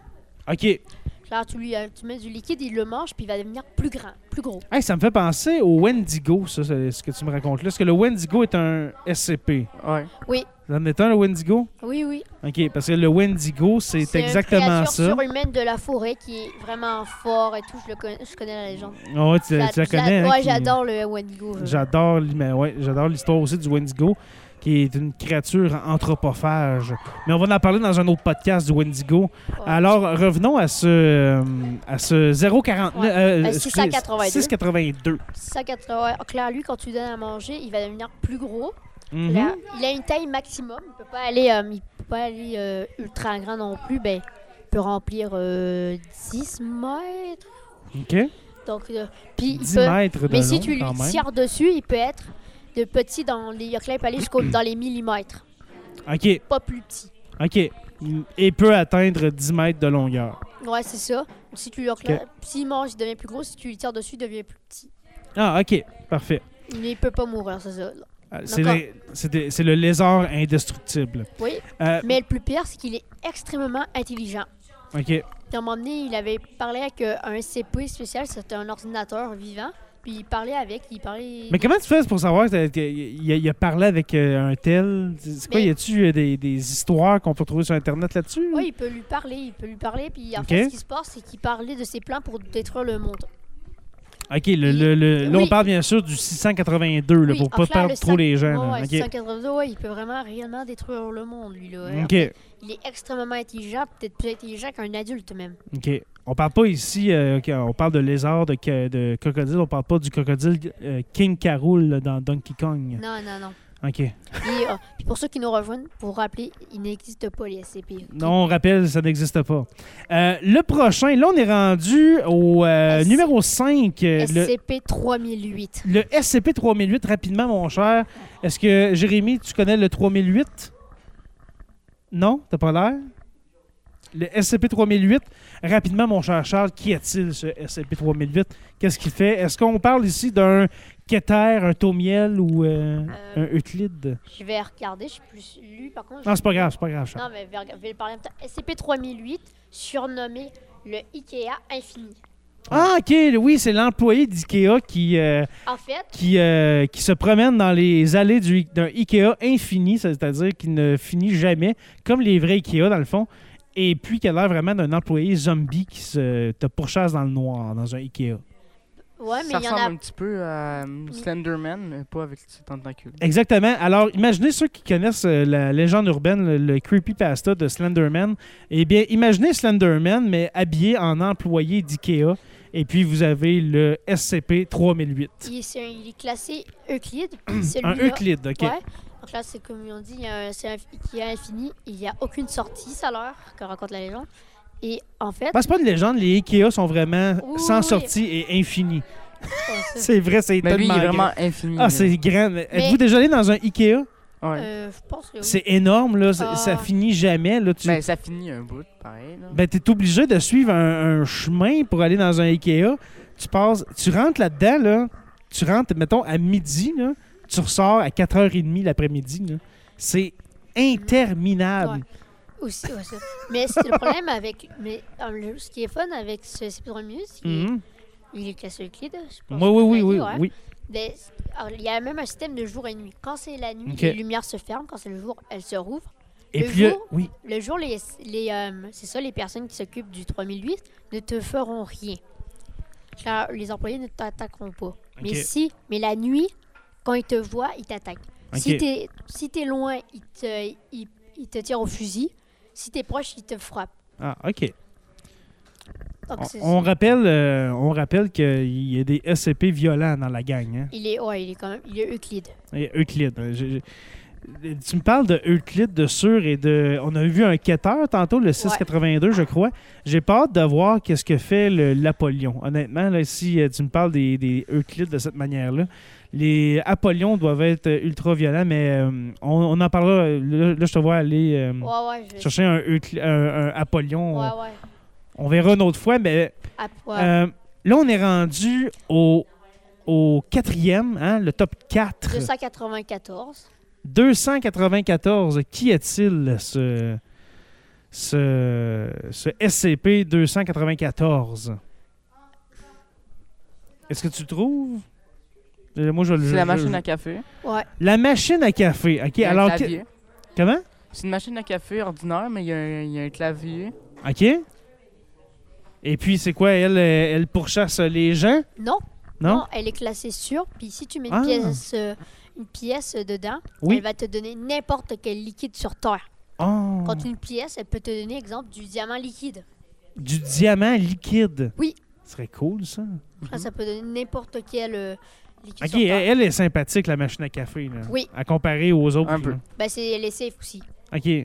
S1: OK. Hey,
S2: Genre, tu lui euh, tu mets du liquide, il le mange, puis il va devenir plus grand, plus gros.
S1: ça me fait penser au Wendigo, ça, c'est ce que tu me racontes là. Est-ce que le Wendigo est un SCP?
S3: Ouais.
S1: Vous en êtes un, le Wendigo?
S2: Oui, oui.
S1: OK, parce que le Wendigo, c'est
S2: une
S1: exactement
S2: créature
S1: ça.
S2: surhumaine de la forêt qui est vraiment fort et tout. Je, le connais, je connais la légende.
S1: Oh, tu,
S2: J'a-
S1: tu la
S2: j'a-
S1: connais, hein,
S2: ouais,
S1: qui-
S2: j'adore le euh. Wendigo. je-
S1: J'adore l'im- ben ouais, j'adore l'histoire aussi du Wendigo, qui est une créature anthropophage. Mais on va en parler dans un autre podcast du Wendigo.
S2: Ouais.
S1: Alors, revenons à ce, euh, à ce 0,49...
S2: Ouais.
S1: euh,
S2: À
S1: excusez,
S2: 682.
S1: 682.
S2: 180. En clair, lui, quand tu lui donnes à manger, il va devenir plus gros.
S1: Mhm.
S2: Là, il a une taille maximum. Il peut pas aller, euh, il peut pas aller euh, ultra grand non plus. Ben, il peut remplir euh, 10 mètres.
S1: OK.
S2: Donc, euh, puis il
S1: 10
S2: peut-
S1: mètres de
S2: Mais si
S1: long,
S2: tu lui
S1: quand même.
S2: tires dessus, il peut être de petit dans les il peut aller jusqu'au dans les millimètres,
S1: OK,
S2: pas plus petit.
S1: OK. Et peut atteindre 10 mètres de longueur.
S2: Ouais, c'est ça. Si tu lui recla- s'il mange, il devient plus gros. Si tu lui tires dessus, il devient plus petit.
S1: Ah, OK. Parfait.
S2: Mais il peut pas mourir, c'est ça.
S1: Euh, C'est
S2: D'accord.
S1: le, c'est des- c'est le lézard indestructible.
S2: Oui,
S1: Euh,
S2: mais le plus pire, c'est qu'il est extrêmement intelligent.
S1: OK.
S2: Puis, À un moment donné, il avait parlé avec euh, un CP spécial, c'était un ordinateur vivant. Puis il parlait avec, il parlait.
S1: Mais comment tu fais pour savoir que- que- il a, il a parlé avec euh, un tel? C'est quoi,
S2: Mais-
S1: y a-tu euh, des, des histoires qu'on peut trouver sur Internet là-dessus?
S2: Oui, il peut lui parler, il peut lui parler. Puis en
S1: Ok.
S2: fait, ce qui se passe, c'est qu'il parlait de ses plans pour détruire le monde.
S1: OK, le, le- le- là,
S2: Oui.
S1: on parle bien sûr du 682, là,
S2: Oui,
S1: pour
S2: en
S1: pas
S2: clair,
S1: perdre
S2: le
S1: trop les gens. là.
S2: Ouais, ouais,
S1: OK.
S2: 682, ouais, il peut vraiment réellement détruire le monde, lui. Là.
S1: OK,
S2: Il est extrêmement intelligent, peut-être plus intelligent qu'un adulte même.
S1: OK. On parle pas ici, euh, OK, on parle de lézard, de, ca- de crocodile, on parle pas du crocodile euh, King Carol là, dans Donkey Kong.
S2: Non, non, non.
S1: OK.
S2: Puis, euh, puis pour ceux qui nous rejoignent, pour rappeler, il n'existe pas les SCP.
S1: Non, on rappelle, ça n'existe pas. Euh, le prochain, là, on est rendu au euh,
S2: S-
S1: numéro 5. le,
S2: SCP-3008.
S1: Le SCP-3008, rapidement, mon cher. Est-ce que, Jérémy, tu connais le 3008? Non? T'as pas l'air? Le SCP-3008, rapidement, mon cher Charles, qui est-il, ce SCP-3008? Qu'est-ce qu'il fait? Est-ce qu'on parle ici d'un Keter, un Tomiel ou euh,
S2: Euh,
S1: un Euclide?
S2: Je vais regarder, je suis plus lu par contre.
S1: Non,
S2: je-
S1: c'est pas grave, c'est pas grave, Charles.
S2: Non, mais je vais rega- je vais le parler en même temps. SCP-3008, surnommé le IKEA Infini.
S1: Ah, OK, oui, c'est l'employé d'IKEA qui... euh,
S2: En fait,
S1: qui, euh, qui se promène dans les allées du- d'un Ikea infini, c'est-à-dire qui ne finit jamais, comme les vrais Ikea dans le fond, et puis qui a l'air vraiment d'un employé zombie qui se te pourchasse dans le noir, dans un Ikea.
S2: ouais, mais
S3: ça
S2: il y en
S3: ressemble
S2: a. Mm.
S3: un petit peu à euh, Slenderman, mais pas avec ses tentacules.
S1: Exactement. Alors, imaginez ceux qui connaissent euh, la légende urbaine, le, le creepypasta de Slenderman. Eh bien, imaginez Slenderman, mais habillé en employé d'Ikea. Et puis, vous avez le SCP-3008.
S2: Il est, il est classé Euclide.
S1: *clears throat*
S2: puis
S1: Un
S2: celui-là-
S1: Euclide, OK.
S2: Ouais. Donc là, c'est comme on dit, il y a un- c'est un IKEA Infini. Il n'y a aucune sortie, ça leur, que raconte la légende. Et en fait.
S1: Parce que Ben, c'est pas une légende, les Ikea sont vraiment
S2: Oui,
S1: sans
S2: oui.
S1: sortie et infinis.
S2: euh,
S1: C'est vrai, c'est tellement
S3: Mais lui, il est
S1: grand.
S3: vraiment infini.
S1: Ah,
S3: là.
S1: c'est grand. mais
S2: Mais-
S1: Êtes-vous déjà allé dans un Ikea?
S3: Ouais.
S2: euh, je pense que oui.
S1: C'est énorme, là. Ça-
S2: Ah.
S1: Ça finit jamais, là. Tu...
S3: Ben, ça finit un bout, pareil. Là.
S1: Ben, t'es obligé de suivre un, un chemin pour aller dans un Ikea. Tu passes... Tu rentres là-dedans, là. Tu rentres, mettons, à midi, là. Tu ressors à 4h30 l'après-midi, là. C'est interminable.
S2: Aussi, ouais, ça. Mais c'est le problème avec. Mais euh, le- ce qui est fun avec ce Speedrun Music, c'est qu'il est-
S1: Mhm.
S2: il est classé Euclide. je pense
S1: Oui,
S2: que
S1: oui,
S2: vous
S1: oui,
S2: l'avez
S1: oui,
S2: dit, ouais.
S1: oui.
S2: Des- Ben, alors, il y a même un système de jour et nuit. Quand c'est la nuit,
S1: Ok.
S2: les lumières se ferment. Quand c'est le jour, elles se rouvrent.
S1: Et
S2: Le
S1: puis, là-
S2: jour-
S1: oui.
S2: Le jour, les, les, euh, c'est ça, les personnes qui s'occupent du 3008 ne te feront rien. Car les employés ne t'attaqueront pas. Mais
S1: Ok.
S2: si, mais la nuit, quand ils te voient, ils t'attaquent.
S1: Ok.
S2: Si t'es si t'es loin, ils, te, ils il te tire au fusil. Si t'es proche, il te frappe.
S1: Ah, OK.
S2: Donc,
S1: On,
S2: Ah, c'est-
S1: on rappelle, euh, on rappelle qu'il y a des SCP violents dans la gang. Hein?
S2: il est, ouais, il est quand même, il est Euclide.
S1: Et Euclide. hein, j'ai- j'ai- Tu me parles de Euclide, de Sûr et de. On a vu un quêteur tantôt, le 682, je crois. J'ai pas hâte de voir qu'est-ce que fait le- l'Apollon. Honnêtement, là, si euh, tu me parles des, des Euclides de cette manière-là, les Apollons doivent être ultra violents, mais euh, on, on en parlera. Là, là, je te vois aller euh,
S2: Ouais, ouais, je.
S1: chercher un, Eucli- un- un Apollon.
S2: Ouais, ouais.
S1: On verra une autre fois, mais
S2: Ah, ouais.
S1: euh, là, on est rendu au, au quatrième, hein, le top 4.
S2: 294.
S1: 294. Qui est-il, ce, ce, ce SCP-294? Est-ce que tu le trouves? Euh, Moi, je le-
S3: C'est
S1: je-
S3: la
S1: je-
S3: machine à café.
S2: Ouais.
S1: La machine à café. OK,
S3: Il y a un
S1: alors...
S3: clavier.
S1: que- Comment?
S3: C'est une machine à café ordinaire, mais il y, a un- il y a
S1: *laughs*
S3: un clavier.
S1: OK. Et puis, c'est quoi? Elle, euh, elle pourchasse les gens?
S2: Non,
S1: Non?
S2: non, elle est classée sûre. Puis si tu mets une,
S1: Ah.
S2: pièce, euh, une pièce dedans,
S1: Oui.
S2: elle va te donner n'importe quel liquide sur Terre.
S1: Oh,
S2: Quand une pièce, elle peut te donner, exemple, du diamant liquide.
S1: Du diamant liquide.
S2: Oui.
S1: Ce serait cool, ça.
S2: Ah, ça peut donner n'importe quel euh, liquide
S1: Mm-hmm. OK, eh,
S2: sur
S1: elle,
S2: Terre.
S1: elle est sympathique, la machine à café. Là,
S2: Oui.
S1: À comparer aux autres.
S3: Un peu.
S1: là.
S2: Ben, c'est, elle est safe aussi.
S1: OK. Euh,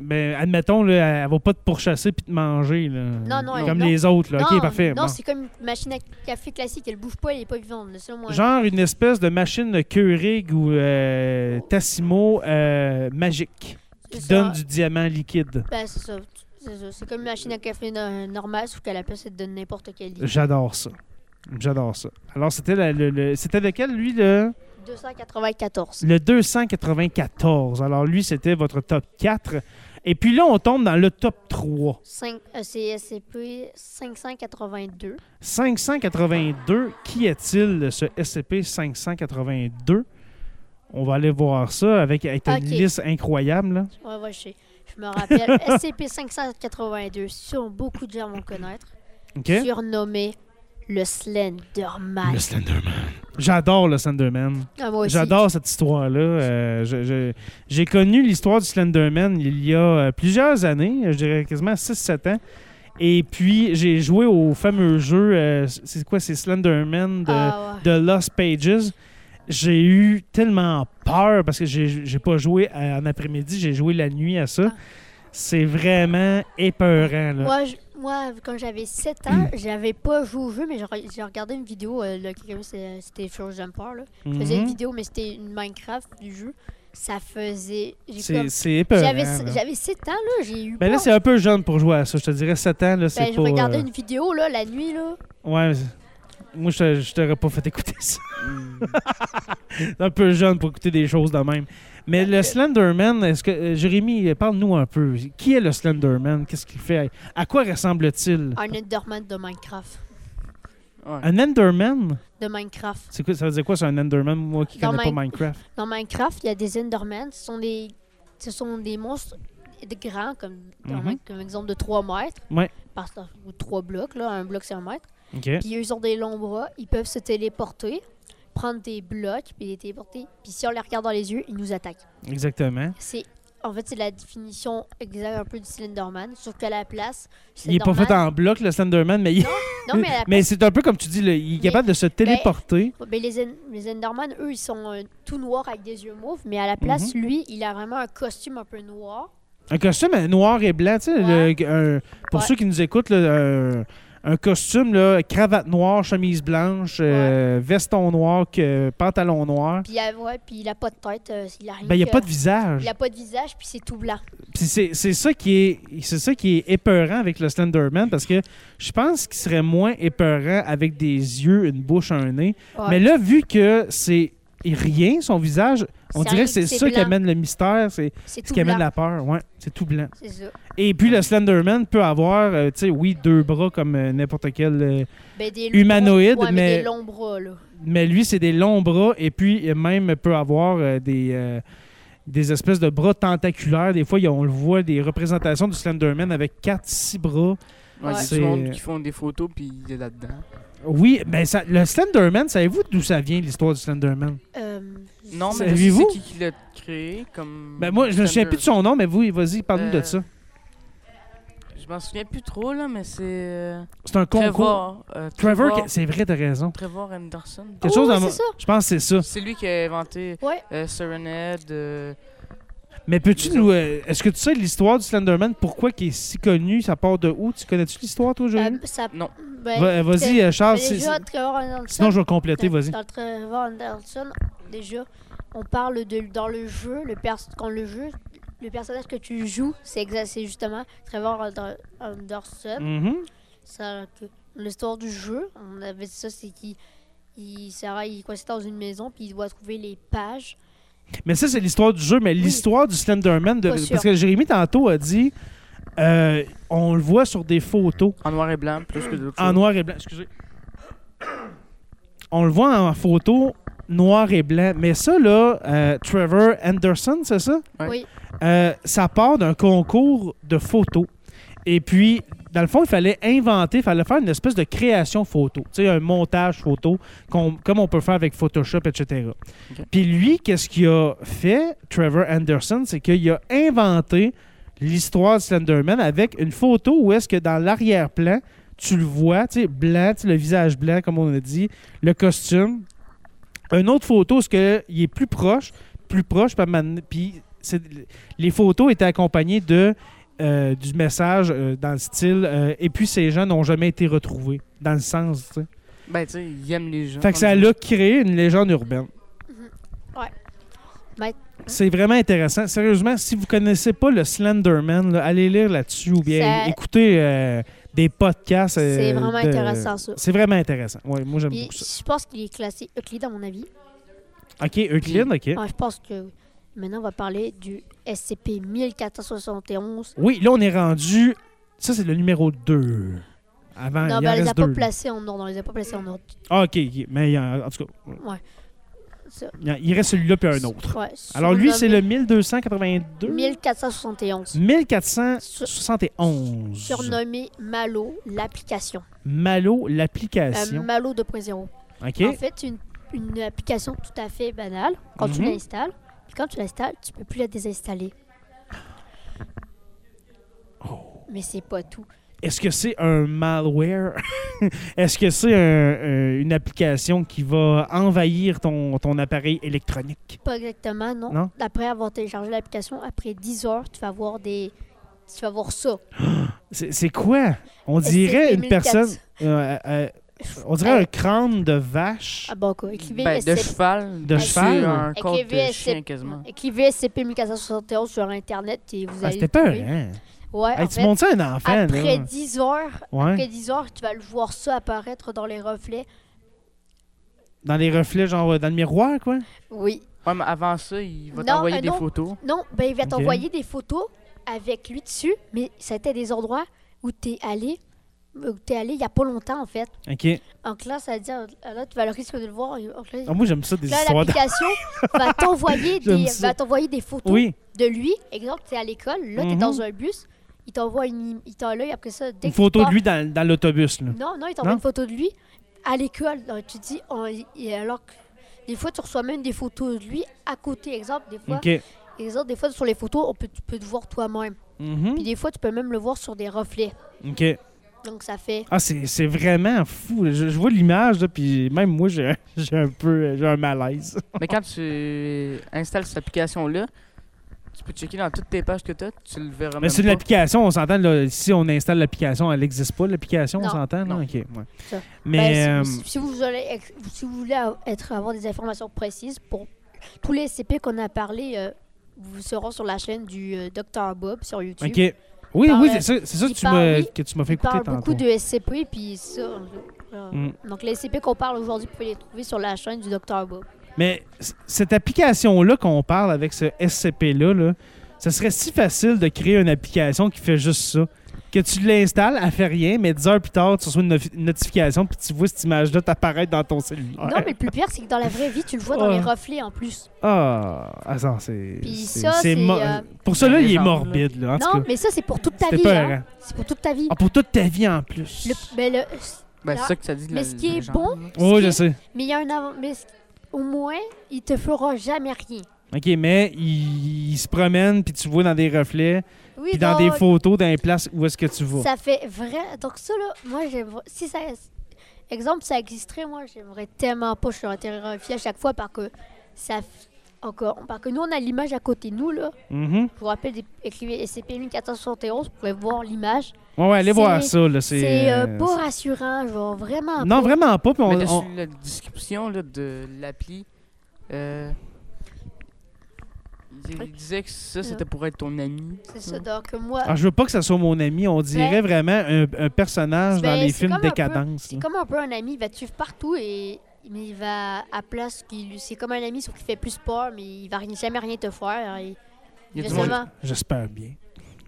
S1: Ben, admettons, là, elle va pas te pourchasser puis te manger. Là,
S2: Non, non, elle-
S1: Comme
S2: non.
S1: les autres. Là.
S2: non,
S1: OK, parfait.
S2: Non,
S1: bon.
S2: c'est comme une machine à café classique. Elle bouge pas, elle est pas vivante. Le seul moyen-
S1: Genre une espèce de machine Keurig ou euh, Tassimo euh, magique qui
S2: c'est
S1: donne
S2: ça.
S1: du diamant liquide.
S2: Ben, c'est ça. C'est ça. C'est comme une machine à café no- normale, sauf qu'à la place, elle te donne n'importe quel liquide.
S1: J'adore ça. J'adore ça. Alors, c'était la- le, le- c'était lequel, lui, le,
S2: 294.
S1: le 294. Alors, lui, c'était votre top 4. Et puis là, on tombe dans le top 3.
S2: Cinq- euh, c'est SCP 582.
S1: 582, qui est-il de ce SCP-582? On va aller voir ça avec, avec
S2: Ok.
S1: une liste incroyable. là.
S2: Ouais, ouais, je sais. Je me rappelle.
S1: *laughs*
S2: SCP-582, sur beaucoup de gens vont connaître.
S1: OK?
S2: Surnommé le Slenderman.
S1: Le Slenderman. J'adore le Slenderman.
S2: Ah, moi aussi.
S1: J'adore cette histoire-là. Euh, je- je- J'ai connu l'histoire du Slenderman il y a euh, plusieurs années, je dirais quasiment 6-7 ans. Et puis, j'ai joué au fameux jeu, euh, c'est quoi, c'est Slenderman de,
S2: Ah, ouais.
S1: de Lost Pages, j'ai eu tellement peur parce que j'ai j'ai pas joué à- en après-midi, j'ai joué la nuit à ça.
S2: Ah.
S1: C'est vraiment épeurant. Là.
S2: Moi, je- moi, quand j'avais 7
S1: *clears throat*
S2: ans, j'avais pas joué au jeu, mais j'ai re- j'ai regardé une vidéo. euh, là, quelqu'un, c'est- c'était First Jumper. Là. Je faisais une
S1: Mhm.
S2: vidéo, mais c'était une Minecraft du jeu. Ça faisait. j'ai
S1: C'est
S2: comme-
S1: c'est épeurant.
S2: J'avais
S1: là.
S2: j'avais 7 ans, là. J'ai eu.
S1: Ben là,
S2: peur.
S1: c'est un peu jeune pour jouer à ça. Je te dirais 7 ans, là,
S2: Ben,
S1: c'est
S2: je
S1: pas...
S2: regardais
S1: euh,
S2: une vidéo, là, la nuit,
S1: *laughs*
S2: là.
S1: Ouais, mais c'est- moi, je te- je t'aurais pas fait écouter ça. *laughs*
S3: Hmm.
S1: C'est un peu jeune pour écouter des choses de même.
S2: Ben,
S1: Mais le Slenderman, est-ce que... euh, Jérémy, parle-nous un peu. Qui est le Slenderman? Qu'est-ce qu'il fait? À quoi ressemble-t-il?
S2: Un Enderman de Minecraft.
S3: Ouais.
S1: Un Enderman?
S2: De Minecraft.
S1: C'est quoi, ça veut dire quoi, c'est un Enderman, moi qui
S2: Dans
S1: connais pas
S2: Min-
S1: Minecraft?
S2: Dans Minecraft, il y a des Endermen. Ce sont des, ce sont des monstres de grands, comme, dans
S1: Mhm.
S2: Min- comme exemple de 3 mètres.
S1: Ouais.
S2: Par, ou 3 blocs, là. Un bloc, c'est un mètre.
S1: OK.
S2: Puis ils ont des longs bras. Ils peuvent se téléporter, prendre des blocs, puis les téléporter. Puis si on les regarde dans les yeux, ils nous attaquent.
S1: Exactement.
S2: C'est. En fait, c'est la définition exacte un peu du Slenderman, sauf qu'à la place,
S1: Il est pas
S2: Slenderman-
S1: fait en bloc, le Slenderman, mais, il-
S2: Non, mais à la
S1: *laughs* mais c'est un peu comme tu dis, là, il est
S2: Mais-
S1: capable de se téléporter.
S2: Ouais, ben, les, en- les Enderman, eux, ils sont euh, tout noirs avec des yeux mauves, mais à
S1: Mhm.
S2: la place, lui, il a vraiment un costume un peu noir.
S1: Un costume euh, noir et blanc, tu sais,
S2: Ouais.
S1: le- un- pour
S2: Ouais.
S1: ceux qui nous écoutent, là, un, un costume, là, cravate noire, chemise blanche, euh, veston noir, que- pantalon noir.
S2: Puis, il a- ouais, puis il a pas de tête, euh, il a rien.
S1: Ben, il n'y a
S2: que-
S1: pas de visage.
S2: il a pas de visage, puis c'est tout blanc.
S1: Puis c'est c'est ça qui est c'est ça qui est épeurant avec le Slenderman parce que je pense qu'il serait moins épeurant avec des yeux, une bouche, un nez.
S2: Ouais.
S1: Mais là, vu que c'est rien, son visage, on
S2: C'est
S1: dirait
S2: rien,
S1: que c'est
S2: c'est
S1: ça qui
S2: blanc.
S1: amène le mystère, c'est
S2: c'est
S1: ce
S2: tout
S1: qui amène
S2: blanc.
S1: la peur. Ouais, c'est tout blanc.
S2: C'est ça.
S1: Et puis le Slenderman peut avoir, euh, tu sais, oui, deux bras comme euh, n'importe quel, euh,
S2: Ben, des longs-
S1: Humanoïde,
S2: ouais,
S1: mais-
S2: des longs bras, là.
S1: mais lui c'est des longs bras et puis euh, même peut avoir euh, des euh, des espèces de bras tentaculaires. Des fois, il y a- on le voit des représentations du Slenderman avec quatre, six bras.
S3: Ouais, il y a
S1: C'est-
S3: du monde qui font des photos puis il est là-dedans.
S1: Oui, mais ça, le Slenderman, savez-vous d'où ça vient, l'histoire du Slenderman?
S2: Euh,
S3: Non, mais je sais
S1: Saviez-vous?
S3: qui, qui l'a créé comme.
S1: Ben moi, je me souviens
S3: Thunder.
S1: plus de son nom, mais vous, vas-y, parle-nous
S3: Euh,
S1: de ça.
S3: Je m'en souviens plus trop, là, mais c'est. euh,
S1: C'est un concours.
S3: Trevor. euh,
S1: Trevor,
S3: Trevor,
S1: que- c'est vrai, t'as raison.
S3: Trevor Anderson.
S1: Quelque
S2: Oh,
S1: chose
S2: ouais,
S1: dans
S2: c'est
S1: mon-
S2: ça.
S1: Je pense que c'est ça.
S3: C'est lui qui a inventé
S2: Ouais.
S3: euh, Serenade. euh,
S1: Mais peux-tu
S3: Les
S1: nous. euh, Est-ce que tu sais l'histoire du Slenderman? Pourquoi il est si connu? Ça part de où? Tu connais-tu l'histoire, toi, Joël?
S2: ça- ça-
S3: Non.
S2: ben,
S1: Va- vas-y,
S2: c'est-
S1: euh, Charles.
S2: mais
S1: si-
S2: déjà,
S1: si-
S2: Trevor Anderson,
S1: Sinon, je vais compléter,
S2: dans,
S1: vas-y.
S2: dans Trevor Anderson, déjà, on parle de dans le jeu, le pers- quand le jeu, le personnage que tu joues, c'est exa- c'est justement Trevor Ander- Anderson.
S1: Mhm.
S2: Ça, que- l'histoire du jeu, on avait ça, c'est qu'il il, Sarah, il est coincé dans une maison, puis il doit trouver les pages.
S1: Mais ça, c'est l'histoire du jeu. Mais l'histoire du Slenderman, de-
S2: Pas sûr.
S1: parce que Jérémy, tantôt, a dit euh, on le voit sur des photos
S3: en noir et blanc, plus que d'autres.
S1: en
S3: choses.
S1: noir et blanc. Excusez. On le voit en photo noir et blanc. Mais ça, là, euh, Trevor Anderson, c'est ça?
S3: Ouais.
S2: Oui,
S1: Euh, ça part d'un concours de photos. Et puis, dans le fond, il fallait inventer, il fallait faire une espèce de création photo, tu sais, un montage photo, qu'on- comme on peut faire avec Photoshop, etc.
S3: Ok.
S1: Puis lui, qu'est-ce qu'il a fait, Trevor Anderson, c'est qu'il a inventé l'histoire de Slenderman avec une photo où est-ce que dans l'arrière-plan, tu le vois, tu sais, blanc, tu sais, le visage blanc, comme on a dit, le costume. Une autre photo, ce qu'il est plus proche, plus proche, puis à un moment donné- puis c'est- les photos étaient accompagnées de, euh, du message euh, dans le style euh, Et puis ces gens n'ont jamais été retrouvés », dans le sens, tu sais.
S3: Ben, tu sais, il aime les gens.
S1: Fait que ça
S3: On dit-
S1: l'a créé une légende urbaine.
S2: Mm-hmm. Ouais. Ben-
S1: C'est vraiment intéressant. Sérieusement, si vous connaissez pas le Slenderman, là, allez lire là-dessus ou bien
S2: Ça-
S1: écoutez euh, des podcasts. euh,
S2: c'est vraiment
S1: de-
S2: intéressant ça.
S1: C'est vraiment intéressant. Ouais, moi, j'aime
S2: Puis,
S1: beaucoup ça.
S2: je pense qu'il est classé Euclide, à mon avis.
S1: OK, Euclide, OK.
S2: Ouais, je pense que oui. Maintenant, on va parler du SCP-1471.
S1: Oui, là, on est rendu... Ça, c'est le numéro 2. Avant,
S2: non,
S1: il
S2: ben,
S1: en
S2: on les a
S1: reste
S2: pas
S1: deux.
S2: placés en ordre. On les a pas placés en ordre.
S1: Ah, OK, OK. Mais il y en- en tout cas,
S2: Ça-
S1: il y en- il reste celui-là puis un autre.
S2: Ouais,
S1: Alors lui, c'est le
S2: surnommé
S1: 1282.
S2: 1471.
S1: 1471.
S2: Sur- Surnommé Malo, l'application.
S1: Malo,
S2: Euh,
S1: l'application.
S2: Malo 2.0.
S1: OK.
S2: En fait, c'est une, une application tout à fait banale quand tu
S1: Mhm.
S2: l'installes. Puis quand tu l'installes, tu peux plus la désinstaller.
S1: Oh.
S2: Mais c'est pas tout.
S1: Est-ce que c'est un malware? *laughs* Est-ce que c'est un- euh, une application qui va envahir ton, ton appareil électronique?
S2: Pas exactement, non.
S1: Non?
S2: Après avoir téléchargé l'application, après 10 heures, tu vas avoir des. Tu vas voir ça.
S1: C'est c'est quoi? On dirait une
S2: 1400.
S1: personne... euh, euh, on dirait un crâne de vache.
S2: Ah bon, quoi. Écrivez
S3: Ben, de
S2: SCP
S3: cheval.
S1: De
S3: c'est
S1: cheval.
S3: un
S2: Écrivez
S3: conte de chien,
S2: SCP
S3: quasiment.
S2: Écrivez SCP-1471 sur Internet et vous
S1: Ah,
S2: allez.
S1: C'était
S2: le
S1: peur,
S2: trouver.
S1: hein?
S2: Ouais,
S1: Hey,
S2: en
S1: tu
S2: fait,
S1: montes ça à un enfant,
S2: après
S1: là.
S2: 10 heures,
S1: Ouais.
S2: après 10 heures, tu vas le voir ça apparaître dans les reflets.
S1: Dans les reflets, genre euh, dans le miroir, quoi?
S2: Oui.
S3: Ouais, mais avant ça, il va
S2: Non,
S3: t'envoyer
S2: un
S3: des
S2: autre-
S3: photos.
S2: Non, ben, il va
S1: Ok.
S2: t'envoyer des photos avec lui dessus, mais c'était des endroits où t'es allé, où t'es allé il y a pas longtemps, en fait.
S1: OK.
S2: En classe, à dire, là, tu vas le risque de le voir. En classe,
S1: Ah, moi, j'aime ça, des
S2: Là,
S1: histoires de... *laughs*
S2: l'application va t'envoyer
S1: J'aime
S2: des,
S1: ça.
S2: va t'envoyer des photos
S1: Oui.
S2: de lui. Exemple, t'es à l'école, là, t'es
S1: Mhm.
S2: dans un bus, il t'envoie une, im- il t'a l'œil après ça. Dès
S1: Une
S2: que tu
S1: photo de
S2: pars-
S1: lui dans, dans l'autobus. là.
S2: Non, non, il t'envoie
S1: Non?
S2: une photo de lui à l'école. Donc, tu dis, oh, il- il- alors que des fois, tu reçois même des photos de lui à côté. Exemple, des fois,
S1: OK.
S2: exemple, des fois sur les photos, on peut, tu peux te voir toi-même.
S1: Mhm.
S2: Puis des fois, tu peux même le voir sur des reflets.
S1: OK.
S2: Donc, ça fait.
S1: Ah, c'est c'est vraiment fou. Je, je vois l'image, là, puis même moi, j'ai un- *laughs* j'ai un peu j'ai un malaise.
S3: Mais quand tu installes cette application-là, tu peux checker dans toutes tes pages que tu as, tu le verras
S1: Mais
S3: même
S1: c'est une
S3: pas.
S1: application, on s'entend. là, si on installe l'application, elle n'existe pas, l'application, on
S2: Non,
S1: s'entend. là?
S3: non.
S1: OK. ouais.
S2: Ça.
S1: Mais
S2: Ben,
S1: euh,
S2: si, si vous voulez, ex- si vous voulez a- être, avoir des informations précises pour tous les SCP qu'on a parlé, euh, vous seront sur la chaîne du euh, Docteur Bob sur YouTube.
S1: OK. Oui,
S2: parle-
S1: oui, c'est ça, c'est ça que
S2: il
S1: tu
S2: parle-
S1: m'as
S2: oui,
S1: que tu m'as fait
S2: Il
S1: écouter
S2: parle
S1: tantôt.
S2: beaucoup de SCP, puis ça. euh, euh,
S1: Mm.
S2: Donc, les SCP qu'on parle aujourd'hui, vous pouvez les trouver sur la chaîne du Docteur Bob.
S1: Mais c- cette application-là qu'on parle avec ce SCP-là, là, ça serait si facile de créer une application qui fait juste ça. que tu l'installes, elle fait rien, mais 10 heures plus tard, tu reçois une, nofi- une notification puis tu vois cette image-là t'apparaître dans ton cellulaire.
S2: Non, mais le plus pire, c'est que dans la vraie vie, tu le vois dans
S1: Ouais.
S2: les reflets en plus.
S1: Ah, attends, c'est.
S2: Puis
S1: c'est-
S2: ça, c'est,
S1: mo-
S2: euh,
S1: Pour ça, là, il est
S3: légende, là.
S1: morbide, là, en tout
S2: Non,
S1: cas.
S2: mais ça, c'est pour toute ta
S1: C'était
S2: vie.
S1: peurant.
S2: hein. C'est pour toute ta vie.
S1: Ah, pour toute ta vie en plus.
S2: Le- mais le-
S3: Ben, c'est
S2: Non.
S3: ça que ça dit.
S2: Mais
S3: la-
S2: ce qui
S3: la
S2: est
S3: légende,
S2: bon,
S3: là.
S1: Oui,
S2: ce
S1: je
S2: qui-
S1: sais.
S2: Mais il y a un avant. Mais ce- au moins, il te fera jamais rien.
S1: OK, mais il, il se promène, puis tu vois dans des reflets,
S2: Oui,
S1: puis dans des
S2: donc,
S1: photos, dans les places où est-ce que tu vas.
S2: Ça fait vrai. Donc, ça, là, moi, j'aimerais. Si ça. Exemple, ça existerait, moi, j'aimerais tellement pas. Je serais terrifiée à chaque fois parce que ça. f- Encore. Parce que nous, on a l'image à côté de nous, là.
S1: Mhm.
S2: Je vous rappelle, des- écrivez SCP 1471, vous pouvez voir l'image.
S1: Ouais, ouais, allez
S2: C'est-
S1: voir ça, là. C'est
S2: C'est euh,
S1: euh,
S2: pas rassurant, genre vraiment.
S1: Non,
S2: pas.
S1: vraiment pas. puis on-
S3: Mais là,
S1: on-
S3: sur la description là, de l'appli, euh, il il disait que ça, c'était pour être ton ami.
S2: C'est ça, donc moi.
S1: Ah, je veux pas que ça soit mon ami. On dirait vraiment un, un personnage
S2: Ben,
S1: dans les
S2: c'est
S1: films
S2: comme un peu-
S1: décadence.
S2: C'est comme un peu un ami, il va te suivre partout et mais il va à place qu'il lui- c'est comme un ami sauf qu'il fait plus peur mais il va rien- jamais rien te faire et
S3: Il
S2: il
S3: y a
S2: va
S3: du monde.
S2: seulement
S1: J'espère bien.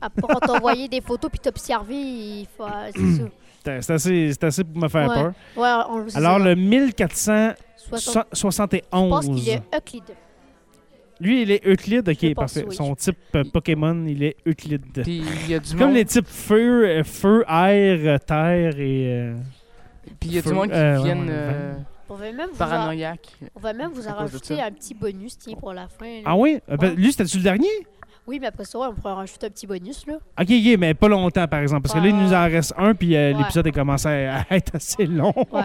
S2: à part t'envoyer des photos puis t'observer il faut euh, c'est ça.
S3: *clears throat*
S1: C'est c'est assez, c'est assez pour me faire
S2: Ouais.
S1: peur.
S2: Ouais, on c'est
S1: Alors,
S2: ça.
S1: le 1471.
S2: Soixante- je pense qu'il est Euclide.
S1: Lui, il est Euclide.
S2: Je
S1: Ok,
S2: pense,
S1: parfait.
S2: oui.
S1: Son type euh, Pokémon, il est Euclide.
S3: Puis il y a du
S1: Comme
S3: monde,
S1: les types feu, euh, feu, air, euh, terre et. euh,
S3: puis il y a du
S1: Feu.
S3: monde qui
S1: Euh, ouais,
S3: viennent
S1: ouais,
S3: euh,
S2: On va même vous en,
S3: paranoïaques.
S2: on va même vous en
S3: à cause de
S2: rajouter
S3: ça.
S2: un petit bonus tiens pour la fin. là.
S1: Ah oui? Euh, ben,
S2: Ouais.
S1: lui, c'était-tu le dernier?
S2: Oui, mais après ça ouais, on pourra rajouter un petit bonus là.
S1: Ok, ok, mais pas longtemps, par exemple. Parce que là, il nous en reste un, puis euh,
S2: Ah. Ouais.
S1: l'épisode est commencé à à être assez long.
S2: Ouais.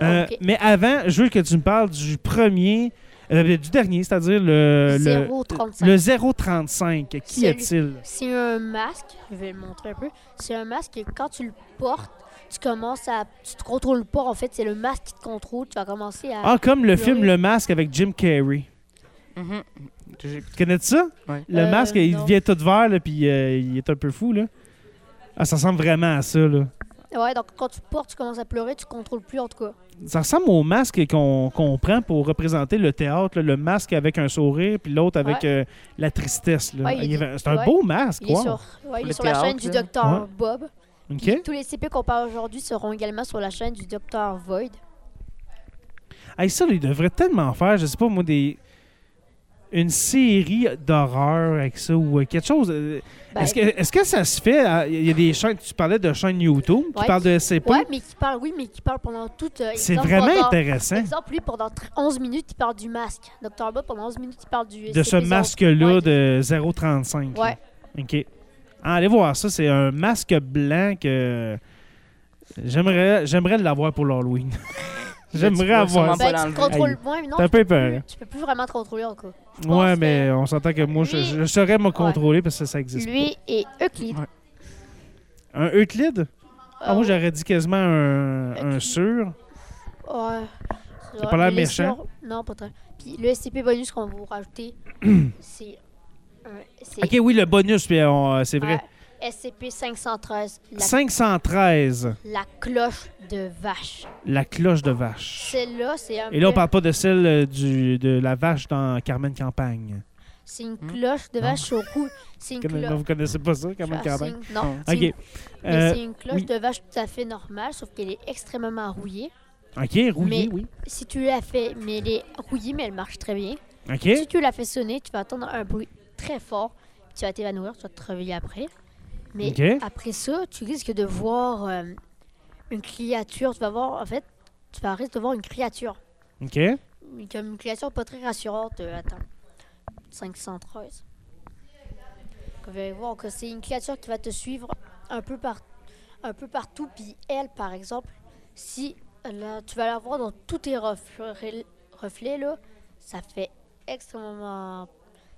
S1: Euh,
S2: Ok.
S1: Mais avant, je veux que tu me parles du premier, euh, du dernier, c'est-à-dire
S3: Euh,
S1: le, le,
S2: 0,35.
S1: le 035. Qui
S2: Celui-
S1: est-il?
S2: C'est un masque, je vais le montrer un peu. C'est un masque que quand tu le portes, tu commences à. Tu te contrôles pas en fait, c'est le masque qui te contrôle. Tu vas commencer à.
S1: Ah, comme le
S2: Le-
S1: film Le Masque avec Jim Carrey.
S3: Mhm. J'ai-
S1: Tu connais ça?
S3: Ouais.
S1: Le
S2: Euh,
S1: masque, il
S2: non.
S1: devient tout vert, là, puis euh, il est un peu fou, là. Ah, ça ressemble vraiment à ça, là.
S2: Ouais, donc quand tu portes, tu commences à pleurer, tu contrôles plus en tout cas.
S1: Ça ressemble au masque qu'on qu'on prend pour représenter le théâtre, là. le masque avec un sourire, puis l'autre avec
S2: Ouais.
S1: euh, la tristesse. là.
S2: Ouais, il
S1: Il est-
S2: est-
S1: C'est un
S2: ouais.
S1: beau masque,
S2: Il est
S1: wow.
S2: sur, ouais, il
S3: Le
S2: est sur la
S3: théâtre,
S2: chaîne du
S3: là.
S2: docteur
S1: Ouais.
S2: Bob.
S1: OK.
S2: Puis Tous les CP qu'on parle aujourd'hui seront également sur la chaîne du docteur Void.
S1: Hey, ça, là, il devrait tellement faire, je sais pas, moi, des... Une série d'horreur avec ça ou euh, quelque chose. euh,
S2: Ben,
S1: Est-ce que, est que ça se fait? à- Il y a des chaînes, tu parlais de chaînes YouTube, tu
S2: Ouais.
S1: parles de SCP.
S2: Ouais, mais qui parle, oui, mais qui parle pendant toute. euh,
S1: C'est
S2: exemple,
S1: vraiment
S2: pendant-
S1: intéressant.
S2: Exemple, lui, pendant tr- 11 minutes, il parle du masque. Docteur Bob, pendant 11 minutes, il parle du.
S1: De ce
S2: SCP-0.
S1: masque-là
S2: Ouais,
S1: de 0,35. là.
S2: Ouais.
S1: OK. Ah, allez voir ça, c'est un masque blanc que j'aimerais j'aimerais l'avoir pour l'Halloween. *laughs*
S3: Mais tu
S1: j'aimerais
S3: pourras
S1: avoir
S3: sûrement
S1: ça.
S2: Ben,
S3: pas
S2: tu te
S3: l'enlever.
S2: contrôles moins, mais non,
S1: T'as un peu peur. hein?
S2: tu peux plus vraiment te contrôler en tout cas. je pense
S1: Ouais,
S2: que
S1: mais on s'entend que moi, je,
S2: lui-
S1: je saurais me contrôler parce que ça existe.
S2: Lui et Euclide.
S1: Un Euclide? Ah,
S2: Oh.
S1: moi, j'aurais dit quasiment un, un
S2: Euclide.
S1: sûr.
S2: Oh, Ouais.
S1: T'as pas l'air
S2: Mais les
S1: méchant.
S2: sur- Non, pas très. Puis le SCP bonus qu'on va
S1: *clears throat*
S2: vous rajouter, c'est. un- c'est-
S1: OK, oui, le bonus, puis on- euh, c'est vrai.
S2: ouais, SCP 513, la,
S1: 513,
S2: la cloche de vache.
S1: la cloche de vache.
S2: Celle-là, c'est un.
S1: Et là, on
S2: peu-
S1: parle pas de celle euh, du, de la vache dans Carmen Campagne.
S2: C'est une
S3: Hmm?
S2: cloche de
S1: Non.
S2: vache au cou. C'est une
S1: Vous
S2: cloche.
S1: vous connaissez pas ça, Carmen
S2: Ah, c'est
S1: Campagne?
S2: une- Non, c'est
S1: OK.
S2: une- mais
S1: Euh,
S2: c'est une cloche
S1: oui.
S2: de vache tout à fait normale, sauf qu'elle est extrêmement rouillée.
S1: OK, rouillé,
S2: Mais-
S1: oui.
S2: Si tu la fais, mais elle est rouillée, mais elle marche très bien. Si
S1: OK.
S2: tu la fais sonner, tu vas entendre un bruit très fort. Tu vas t'évanouir, tu vas te réveiller après. Mais
S1: OK.
S2: après ça, tu risques de voir euh, une créature. Tu vas voir, en fait, tu vas risquer de voir une créature.
S1: OK.
S2: Une- Comme une créature pas très rassurante. euh, attends. 513. Vous allez voir que c'est une créature qui va te suivre un peu, par, un peu partout. Puis elle, par exemple, si là, tu vas la voir dans tous tes reflets, reflets là, ça fait extrêmement.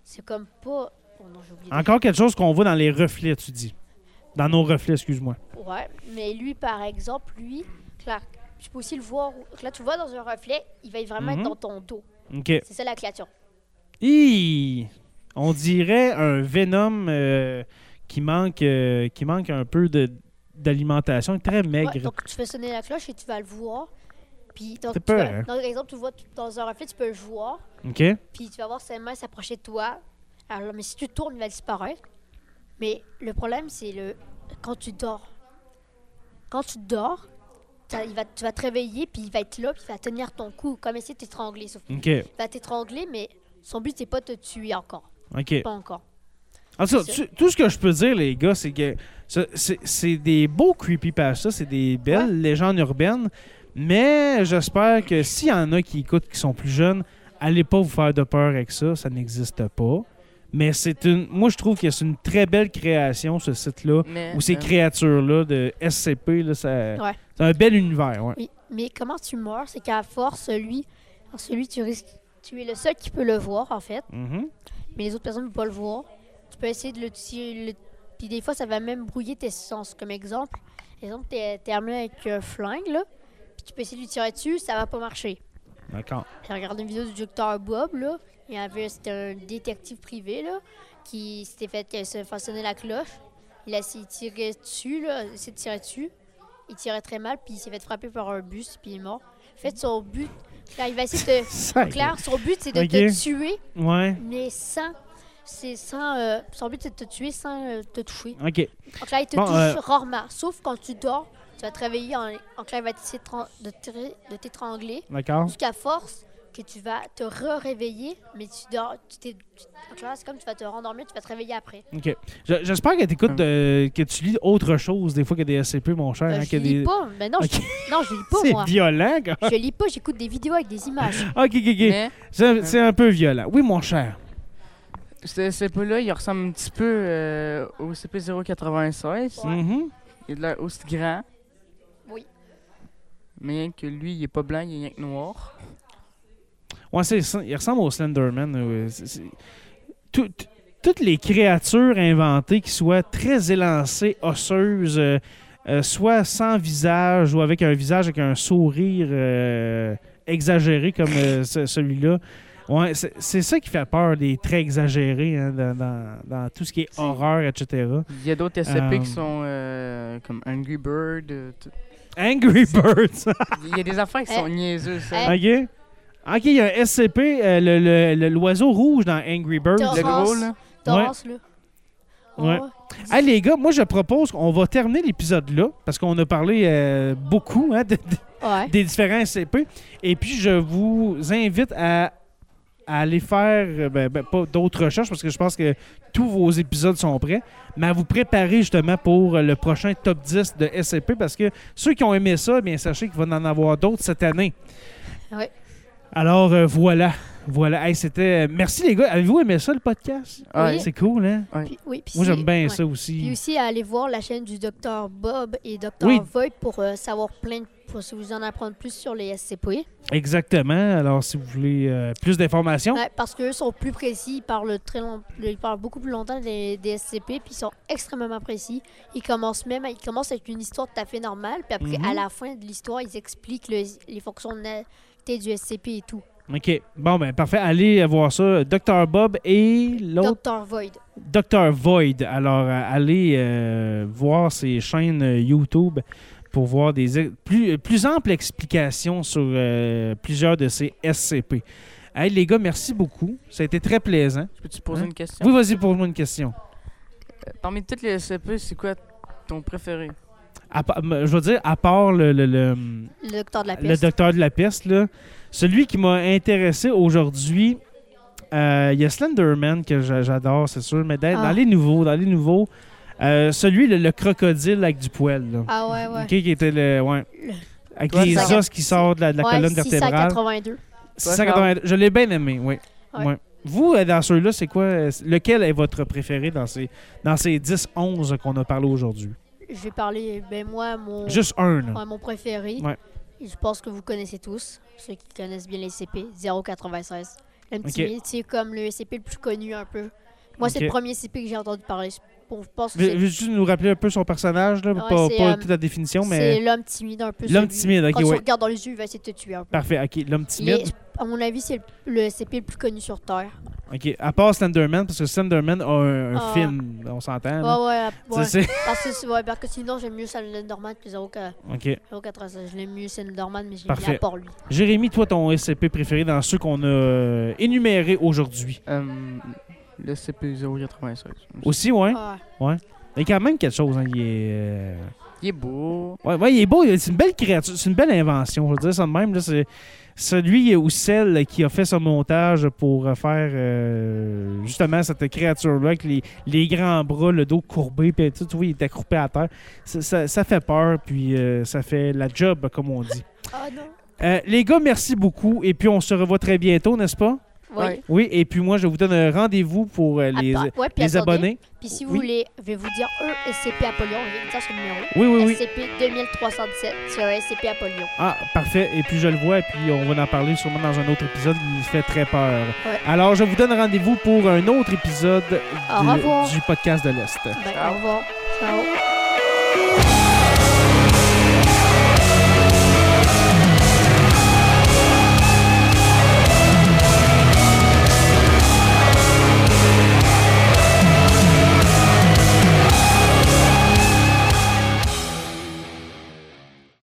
S2: C'est comme pas. Oh non, j'ai oublié. de-
S1: Encore quelque chose qu'on voit dans les reflets, tu dis. Dans nos reflets, excuse-moi.
S2: Ouais, mais lui, par exemple, lui, Clark, tu peux aussi le voir. Là, tu le vois dans un reflet, il va vraiment
S1: Mhm.
S2: être dans ton dos.
S1: OK.
S2: C'est ça la créature.
S1: Hi! On dirait un Venom euh, qui, manque, euh, qui manque un peu de- d'alimentation, très
S2: Ouais,
S1: maigre.
S2: donc, tu fais sonner la cloche et tu vas le voir. Puis, donc,
S1: T'as
S2: tu
S1: peur,
S2: vas-
S1: hein?
S2: donc, par exemple, tu le vois tu- dans un reflet, tu peux le voir.
S1: OK.
S2: Puis, tu vas voir sa main s'approcher de toi. Alors, mais si tu tournes, il va disparaître. Mais le problème, c'est le quand tu dors. Quand tu dors, t'as- il va, tu vas te réveiller, puis il va être là, puis il va tenir ton cou, comme essayer de t'étrangler. Sauf
S1: OK.
S2: qu'il va t'étrangler, mais son but, c'est pas de te tuer encore.
S1: OK.
S2: Pas encore.
S1: En tout, cas,
S2: C'est
S1: tu- tout ce que je peux dire, les gars, c'est que ce- c'est c'est des beaux creepypasta, c'est des belles légendes urbaines, mais j'espère que s'il y en a qui écoutent, qui sont plus jeunes, allez pas vous faire de peur avec ça, ça n'existe pas. Mais c'est une, moi je trouve que c'est une très belle création ce site-là,
S3: Mais,
S1: ou ces
S3: euh,
S1: créatures-là de SCP, là, ça-
S2: Ouais.
S1: c'est un bel univers. Ouais.
S2: Oui, mais comment tu meurs C'est qu'à force, celui, celui tu, risques, tu es le seul qui peut le voir, en fait.
S1: Mhm.
S2: mais les autres personnes ne peuvent pas le voir. Tu peux essayer de le tirer. le- Puis des fois, ça va même brouiller tes sens. Comme exemple, exemple tu es, armé avec un flingue, là, puis tu peux essayer de lui tirer dessus, ça va pas marcher.
S1: D'accord.
S2: J'ai regardé une vidéo du docteur Bob, là. Il y avait c'était un détective privé, là, qui s'était fait euh, se façonner la cloche. Il a essayé de tirer dessus, là, il s'est tiré dessus. Il tirait très mal, puis il s'est fait frapper par un bus, puis il est mort. En fait, son but, là, il va essayer de te...
S1: Sacré.
S2: Claire, son but, c'est de
S1: Ok.
S2: te tuer,
S1: Ouais.
S2: mais sans. C'est sans. euh, son but, c'est de te tuer sans euh, te toucher.
S1: Ok.
S2: Donc là, il te
S1: Bon,
S2: touche
S1: euh,
S2: rarement. Sauf quand tu dors, tu vas te réveiller. En, donc là, il va essayer de t'en- de tirer- de t'étrangler.
S1: D'accord.
S2: Jusqu'à force que tu vas te réveiller mais tu dors. Tu t'es, tu- donc là, c'est comme tu vas te rendormir, tu vas te réveiller après.
S1: OK. Je- J'espère que, t'écoutes,
S3: Hum.
S1: euh, que tu lis autre chose des fois que des SCP, mon cher.
S2: Euh,
S1: hein,
S2: je
S1: que
S2: lis
S1: des-
S2: pas. Mais non,
S1: Ok.
S2: je, non, je lis pas,
S1: *laughs* C'est
S2: moi.
S1: violent. quand-
S2: *laughs* Je lis pas, j'écoute des vidéos avec des images.
S1: OK, OK, OK.
S3: mais
S1: C'est c'est un peu violent. Oui, mon cher.
S3: ce SCP-là, il ressemble un petit peu euh, au CP096.
S2: Ouais.
S1: Mhm.
S3: Il est de l'air aussi grand.
S2: Oui.
S3: Mais rien que lui, il est pas blanc, il est rien que noir.
S1: Ouais, c'est ça. il ressemble au Slenderman. euh, c'est- c'est- tout- tout- toutes les créatures inventées qui soient très élancées, osseuses, euh, euh, soit sans visage ou avec un visage avec un sourire euh, exagéré comme euh, ce- celui-là. Ouais, c'est c'est ça qui fait peur, les traits exagérés hein, dans, dans- dans tout ce qui est horreur, etc.
S3: Il y a d'autres SCP qui
S1: Euh.
S3: sont euh, comme Angry Bird. euh, tout-
S1: Angry Birds! hein.
S3: Il y a des affaires qui
S2: Eh.
S3: sont niaiseuses. ça.
S2: Eh.
S1: OK? OK, il y a un SCP, euh, le- le- le- l'oiseau rouge dans Angry Birds.
S2: T'as-
S3: Le gros, là.
S2: Danse, là.
S1: Ouais. Hey les gars, moi je propose qu'on va terminer l'épisode là parce qu'on a parlé euh, beaucoup hein, de- de-
S2: Ouais.
S1: des différents SCP et puis je vous invite à, à aller faire euh, ben, ben, pas d'autres recherches parce que je pense que tous vos épisodes sont prêts, mais à vous préparer justement pour euh, le prochain top 10 de SCP parce que ceux qui ont aimé ça, bien sachez qu'il va en avoir d'autres cette année.
S2: Ouais.
S1: Alors euh, voilà, voilà, Hey, c'était euh, merci les gars, avez-vous aimé ça le podcast
S3: Ouais.
S2: Oui.
S1: C'est cool hein.
S2: Puis- oui, puis
S1: Moi
S2: si-
S1: j'aime bien
S2: ouais.
S1: ça aussi.
S2: Puis aussi à aller voir la chaîne du docteur Bob et docteur
S1: Hmm. Oui.
S2: Voigt pour euh, savoir plein de, pour si vous en apprendre plus sur les SCP.
S1: Exactement. Alors, si vous voulez euh, plus d'informations,
S2: Ouais, parce qu'eux sont plus précis, ils parlent, très long- ils parlent beaucoup plus longtemps des, des SCP, puis ils sont extrêmement précis. Ils commencent même à- ils commencent avec une histoire tout à fait normale, puis après,
S1: Mhm.
S2: à la fin de l'histoire, ils expliquent le- les fonctionnalités du SCP et tout.
S1: OK. Bon, ben parfait. Allez voir ça. Dr. Bob et l'autre,
S2: Docteur Void.
S1: Dr. Void. Alors, euh, allez euh, voir ces chaînes euh, YouTube pour voir des e- plus, plus amples explications sur euh, plusieurs de ces SCP. Hey, les gars, merci beaucoup. Ça a été très plaisant.
S3: Je peux-tu poser
S1: Hein?
S3: une question?
S1: Oui, vas-y, pose-moi une question.
S3: Euh, Parmi toutes les SCP, c'est quoi ton préféré?
S1: À pa- je veux dire, à part le- le- hum, le,
S2: Le docteur de la
S1: le
S2: peste.
S1: docteur de la peste, là. Celui qui m'a intéressé aujourd'hui, euh, il y a Slenderman que j'a- j'adore, c'est sûr, mais dans,
S2: Ah.
S1: dans les nouveaux, dans les nouveaux, euh, celui, le, le crocodile avec du poil, là.
S2: ah ouais, ouais.
S1: Ok, qui était le. ouais.
S2: Le-
S1: Avec
S3: Toi,
S1: les
S3: ça-
S1: os qui sortent de la, de la
S2: Ouais,
S1: colonne vertébrale.
S2: 682.
S1: 682. Je l'ai bien aimé, oui.
S2: Ouais.
S1: Ouais. Vous, euh, dans ceux-là, c'est quoi euh, Lequel est votre préféré dans ces, dans ces 10-11 qu'on a parlé aujourd'hui
S2: Je vais parler, ben moi, mon...
S1: Juste un, là.
S2: Ouais, mon préféré.
S1: Ouais.
S2: Et Je pense que vous connaissez tous, ceux qui connaissent bien les CP, 096. Le
S1: Ok.
S2: petit mythe, c'est comme le CP le plus connu un peu. Moi, c'est
S1: Ok.
S2: le premier CP que j'ai entendu parler. Je bon, je pense que
S1: Veux-
S2: c'est
S1: Veux-tu nous rappeler un peu son personnage, là?
S2: Ouais,
S1: pas
S2: c'est,
S1: pas
S2: euh,
S1: toute la définition, mais.
S2: c'est l'homme timide un peu.
S1: L'homme
S2: celui-
S1: timide, ok,
S2: Quand
S1: ouais.
S2: tu regardes dans les yeux, il va essayer de te tuer un peu.
S1: Parfait, ok. L'homme
S2: Il
S1: timide.
S2: est- à mon avis, c'est le, le CP le plus connu sur Terre.
S1: Ok. À part Slenderman, parce que Slenderman a un, un
S2: Ah.
S1: film, on s'entend.
S2: Ouais,
S1: là.
S2: ouais,
S1: Tu
S2: ouais.
S1: sais,
S2: Parce, que, ouais, parce que sinon, j'aime mieux Norman que 0K-
S1: Ok.
S2: 096. Je l'aime mieux Norman, mais j'ai
S1: Parfait.
S2: bien à part lui.
S1: Jérémy, toi, ton SCP préféré dans ceux qu'on a euh, énumérés aujourd'hui.
S3: Euh, le SCP-096.
S1: Aussi, ouais.
S2: Ah
S1: Ouais. Mais quand même quelque chose, hein, il est... euh,
S3: Il est beau.
S1: Ouais, ouais, il est beau, il- c'est une belle créature, c'est une belle invention, je veux dire ça de même. là, c'est celui ou celle qui a fait ce montage pour euh, faire euh, justement cette créature-là avec les, les grands bras, le dos courbé, puis tout, tu vois, il était accroupé à terre. Ça, ça- ça fait peur, puis euh, ça fait la job, comme on dit.
S2: Ah non.
S1: Euh, les gars, merci beaucoup, et puis on se revoit très bientôt, n'est-ce pas?
S2: Oui.
S1: Oui, et puis moi, je vous donne un rendez-vous pour euh, les,
S2: Attends, ouais, puis
S1: les
S2: attendez.
S1: abonnés.
S2: Puis si vous
S1: Oui.
S2: voulez, je vais vous dire un SCP Apollyon. Je vais vous dire son numéro.
S1: Oui, oui, oui.
S2: SCP 2307 sur SCP Apollyon.
S1: Ah, parfait. Et puis je le vois, et puis on va en parler sûrement dans un autre épisode. Il fait très peur.
S2: Ouais.
S1: Alors, je vous donne rendez-vous pour un autre épisode
S2: Au
S1: de-
S2: revoir.
S1: du podcast de l'Est.
S2: Ben,
S3: Ciao.
S2: au revoir. Ciao.